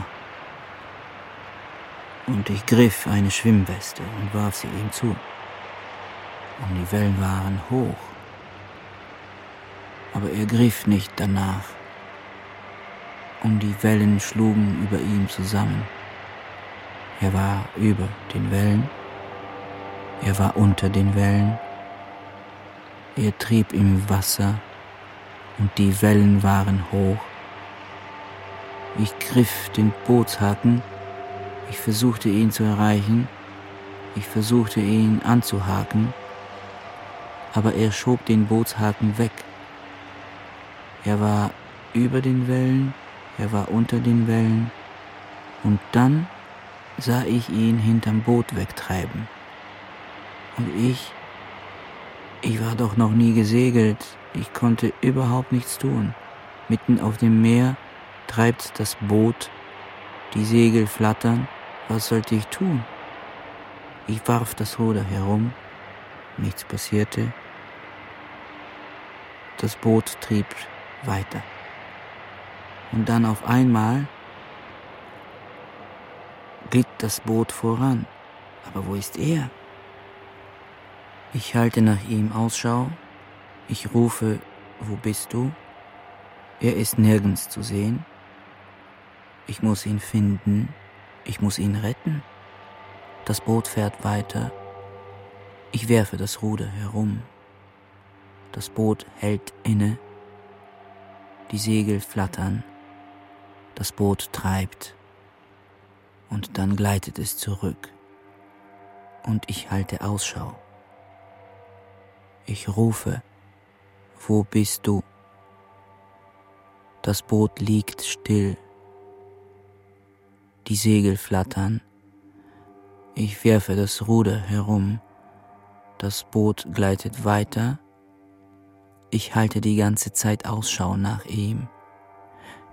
Speaker 4: Und ich griff eine Schwimmweste und warf sie ihm zu. Und die Wellen waren hoch. Aber er griff nicht danach und um die Wellen schlugen über ihm zusammen. Er war über den Wellen, er war unter den Wellen, er trieb im Wasser und die Wellen waren hoch. Ich griff den Bootshaken, ich versuchte ihn zu erreichen, ich versuchte ihn anzuhaken, aber er schob den Bootshaken weg. Er war über den Wellen, er war unter den Wellen. Und dann sah ich ihn hinterm Boot wegtreiben. Und ich, ich war doch noch nie gesegelt. Ich konnte überhaupt nichts tun. Mitten auf dem Meer treibt das Boot, die Segel flattern. Was sollte ich tun? Ich warf das Ruder herum. Nichts passierte. Das Boot trieb weiter. Und dann auf einmal glitt das Boot voran. Aber wo ist er? Ich halte nach ihm Ausschau. Ich rufe, wo bist du? Er ist nirgends zu sehen. Ich muss ihn finden. Ich muss ihn retten. Das Boot fährt weiter. Ich werfe das Ruder herum. Das Boot hält inne. Die Segel flattern. Das Boot treibt. Und dann gleitet es zurück. Und ich halte Ausschau.
Speaker 10: Ich rufe, wo bist du? Das Boot liegt still. Die Segel flattern. Ich werfe das Ruder herum. Das Boot gleitet weiter. Ich halte die ganze Zeit Ausschau nach ihm.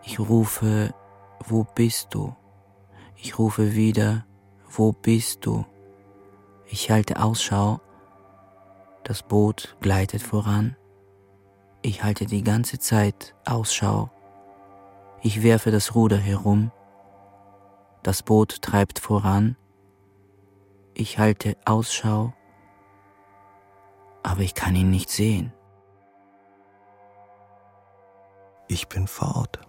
Speaker 10: Ich rufe, wo bist du? Ich rufe wieder, wo bist du? Ich halte Ausschau. Das Boot gleitet voran. Ich halte die ganze Zeit Ausschau. Ich werfe das Ruder herum. Das Boot treibt voran. Ich halte Ausschau. Aber ich kann ihn nicht sehen.
Speaker 3: Ich bin fort.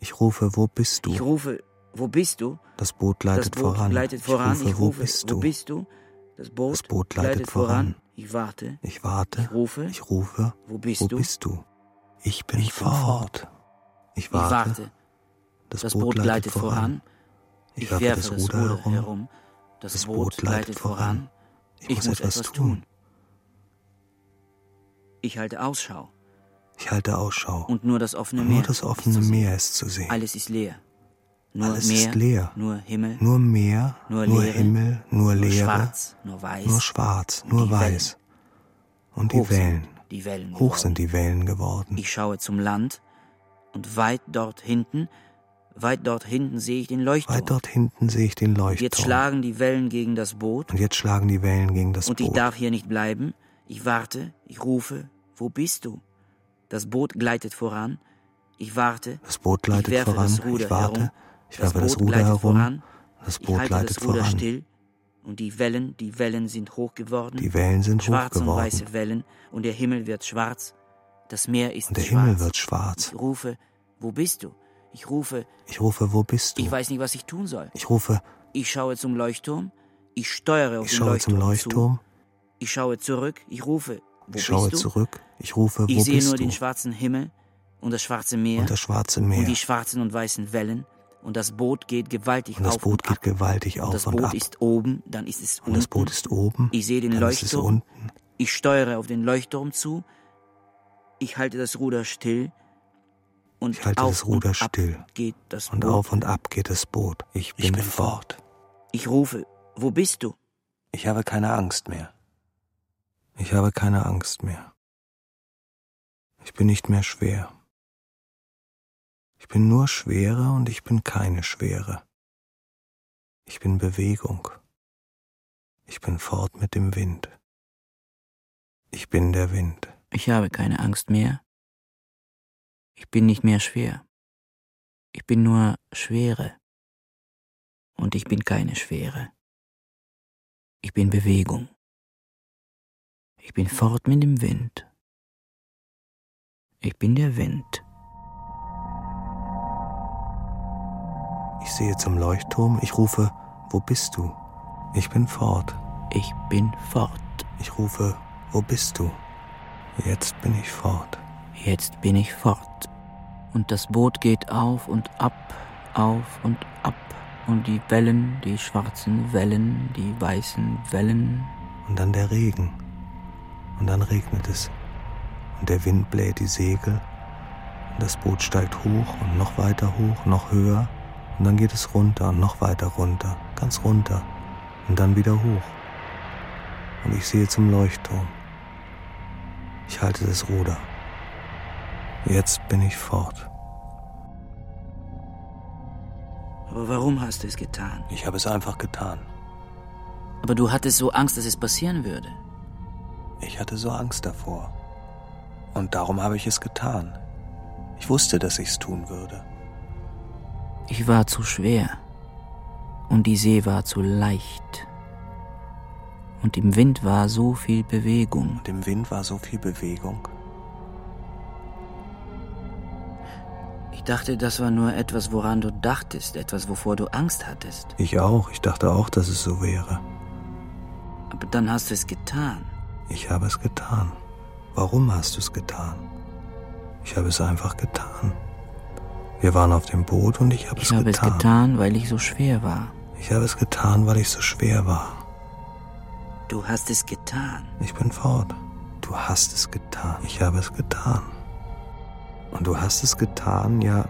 Speaker 3: Ich rufe, wo bist du?
Speaker 4: Ich rufe, wo bist du?
Speaker 3: das Boot gleitet
Speaker 4: das Boot
Speaker 3: voran.
Speaker 4: gleitet voran.
Speaker 3: Ich rufe, wo bist du?
Speaker 4: Wo bist du? Das Boot,
Speaker 3: Das Boot gleitet voran.
Speaker 4: Ich warte.
Speaker 3: Ich warte.
Speaker 4: Ich rufe.
Speaker 3: Ich rufe.
Speaker 4: Wo bist
Speaker 3: wo
Speaker 4: du?
Speaker 3: bist du? Ich bin
Speaker 4: Ich bin
Speaker 3: fort. Ich
Speaker 4: ich warte.
Speaker 3: warte.
Speaker 4: Das, Boot gleitet voran.
Speaker 3: Ich werfe das Ruder herum.
Speaker 4: Das,
Speaker 3: Das
Speaker 4: Boot gleitet voran.
Speaker 3: Ich, muss, etwas, tun.
Speaker 4: Ich halte Ausschau.
Speaker 3: Ich halte Ausschau.
Speaker 4: Und nur das offene Meer.
Speaker 3: Nur das offene
Speaker 4: ist zu sehen.
Speaker 3: Meer ist zu sehen.
Speaker 4: Alles ist leer. Nur
Speaker 3: Alles
Speaker 4: Meer,
Speaker 3: ist leer.
Speaker 4: Nur Himmel.
Speaker 3: Nur Meer,
Speaker 4: nur
Speaker 3: nur,
Speaker 4: Leere,
Speaker 3: Himmel,
Speaker 4: nur
Speaker 3: nur Leere,
Speaker 4: schwarz. Nur weiß.
Speaker 3: nur schwarz, nur
Speaker 4: die
Speaker 3: weiß. Und die
Speaker 4: Hoch
Speaker 3: Wellen.
Speaker 4: Sind die Wellen
Speaker 3: Hoch
Speaker 4: geworden.
Speaker 3: sind die Wellen geworden.
Speaker 4: Ich schaue zum Land und weit dort hinten, weit dort hinten sehe ich den Leuchtturm.
Speaker 3: Weit dort hinten sehe ich den
Speaker 4: Und
Speaker 3: Leuchtturm.
Speaker 4: Jetzt schlagen die Wellen gegen das Boot
Speaker 3: Und jetzt schlagen die Wellen gegen das
Speaker 4: und ich
Speaker 3: Boot.
Speaker 4: darf hier nicht bleiben. Ich warte, ich rufe, wo bist du? Das Boot gleitet voran. Ich warte,
Speaker 3: das Boot
Speaker 4: ich
Speaker 3: gleitet
Speaker 4: werfe
Speaker 3: voran.
Speaker 4: das Ruder
Speaker 3: ich warte.
Speaker 4: herum.
Speaker 3: Ich werfe
Speaker 4: Boot
Speaker 3: das Ruder
Speaker 4: gleitet
Speaker 3: herum.
Speaker 4: voran.
Speaker 3: Das
Speaker 4: Ich
Speaker 3: Boot
Speaker 4: halte
Speaker 3: gleitet
Speaker 4: das Ruder
Speaker 3: voran.
Speaker 4: still und die Wellen, die Wellen sind hoch geworden.
Speaker 3: Die Wellen sind hoch
Speaker 4: schwarz und
Speaker 3: geworden.
Speaker 4: weiße Wellen und der Himmel wird schwarz. Das Meer ist
Speaker 3: Und der
Speaker 4: schwarz.
Speaker 3: Himmel wird schwarz.
Speaker 4: Ich rufe, wo bist du? Ich rufe,
Speaker 3: Ich rufe, wo bist du?
Speaker 4: ich weiß nicht, was ich tun soll.
Speaker 3: Ich rufe,
Speaker 4: Ich schaue zum Leuchtturm, ich steuere auf
Speaker 3: ich
Speaker 4: den
Speaker 3: schaue zum
Speaker 4: Leuchtturm
Speaker 3: Leuchtturm.
Speaker 4: zu, ich schaue zurück, ich rufe, wo
Speaker 3: Ich schaue
Speaker 4: bist du?
Speaker 3: zurück. Ich rufe,
Speaker 4: ich
Speaker 3: wo
Speaker 4: sehe
Speaker 3: bist
Speaker 4: nur
Speaker 3: du?
Speaker 4: den schwarzen Himmel und das schwarze Meer
Speaker 3: und das schwarze Meer.
Speaker 4: und die schwarzen und weißen Wellen und das Boot geht gewaltig
Speaker 3: Und das
Speaker 4: auf
Speaker 3: Boot
Speaker 4: und ab.
Speaker 3: geht gewaltig
Speaker 4: und das
Speaker 3: auf und,
Speaker 4: Boot
Speaker 3: ab.
Speaker 4: ist oben, dann ist es
Speaker 3: und
Speaker 4: unten.
Speaker 3: das Boot ist oben.
Speaker 4: ich sehe den
Speaker 3: dann ist es
Speaker 4: Leuchtturm,
Speaker 3: unten.
Speaker 4: ich steuere auf den Leuchtturm zu, ich halte das Ruder still und
Speaker 3: Ich halte
Speaker 4: auf
Speaker 3: das Ruder
Speaker 4: und ab
Speaker 3: still.
Speaker 4: geht das
Speaker 3: Und
Speaker 4: Boot.
Speaker 3: auf und ab geht das Boot. Ich bin,
Speaker 13: bin
Speaker 3: fort.
Speaker 4: Ich rufe, wo bist du?
Speaker 13: Ich habe keine Angst mehr.
Speaker 3: Ich habe keine Angst mehr. Ich bin nicht mehr schwer. Ich bin nur Schwere und ich bin keine Schwere. Ich bin Bewegung. Ich bin fort mit dem Wind. Ich bin der Wind.
Speaker 10: Ich habe keine Angst mehr. Ich bin nicht mehr schwer. Ich bin nur Schwere. Und ich bin keine Schwere. Ich bin Bewegung. Ich bin fort mit dem Wind. Ich bin der Wind.
Speaker 3: Ich sehe zum Leuchtturm. Ich rufe, wo bist du? Ich bin fort.
Speaker 10: Ich bin fort.
Speaker 3: Ich rufe, wo bist du? Jetzt bin ich fort.
Speaker 10: Jetzt bin ich fort. Und das Boot geht auf und ab, auf und ab. Und die Wellen, die schwarzen Wellen, die weißen Wellen.
Speaker 3: Und dann der Regen. Und dann regnet es. Und der Wind bläht die Segel. Und das Boot steigt hoch und noch weiter hoch, noch höher. Und dann geht es runter und noch weiter runter, ganz runter. Und dann wieder hoch. Und ich sehe zum Leuchtturm. Ich halte das Ruder. Jetzt bin ich fort.
Speaker 4: Aber warum hast du es getan?
Speaker 13: Ich habe es einfach getan.
Speaker 10: Aber du hattest so Angst, dass es passieren würde.
Speaker 13: Ich hatte so Angst davor. Und darum habe ich es getan. Ich wusste, dass ich es tun würde.
Speaker 10: Ich war zu schwer. Und die See war zu leicht. Und im Wind war so viel Bewegung.
Speaker 13: Und im Wind war so viel Bewegung.
Speaker 4: Ich dachte, das war nur etwas, woran du dachtest, etwas, wovor du Angst hattest.
Speaker 3: Ich auch. Ich dachte auch, dass es so wäre.
Speaker 4: Aber dann hast du es getan.
Speaker 3: Ich habe es getan. Warum hast du es getan? Ich habe es einfach getan. Wir waren auf dem Boot und ich habe,
Speaker 10: Ich
Speaker 3: es,
Speaker 10: habe
Speaker 3: getan.
Speaker 10: es getan, weil ich so schwer war.
Speaker 3: Ich habe es getan, weil ich so schwer war.
Speaker 4: Du hast es getan.
Speaker 3: Ich bin fort. Du hast es getan. Ich habe es getan. Und du hast es getan, ja,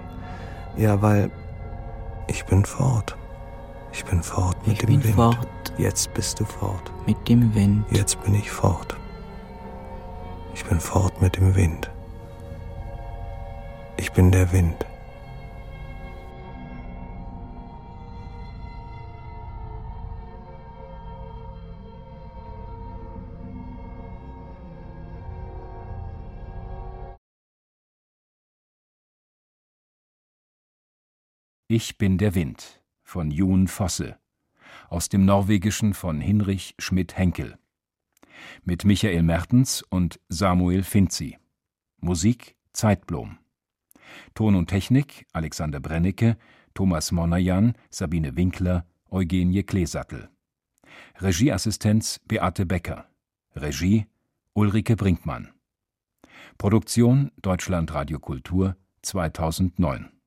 Speaker 3: ja, weil ich bin fort. Ich bin fort mit
Speaker 4: Ich
Speaker 3: dem
Speaker 4: bin
Speaker 3: Wind.
Speaker 4: fort
Speaker 3: Jetzt bist du fort.
Speaker 4: mit dem Wind.
Speaker 3: Jetzt bin ich fort. Ich bin fort mit dem Wind. Ich bin der Wind.
Speaker 14: Ich bin der Wind von Jon Fosse aus dem Norwegischen von Hinrich Schmidt-Henkel mit Michael Mertens und Samuel Finzi. Musik Zeitblom. Ton und Technik Alexander Brennecke, Thomas Monajan, Sabine Winkler, Eugenie Kleesattel. Regieassistenz Beate Becker. Regie Ulrike Brinkmann. Produktion Deutschlandradio Kultur 2009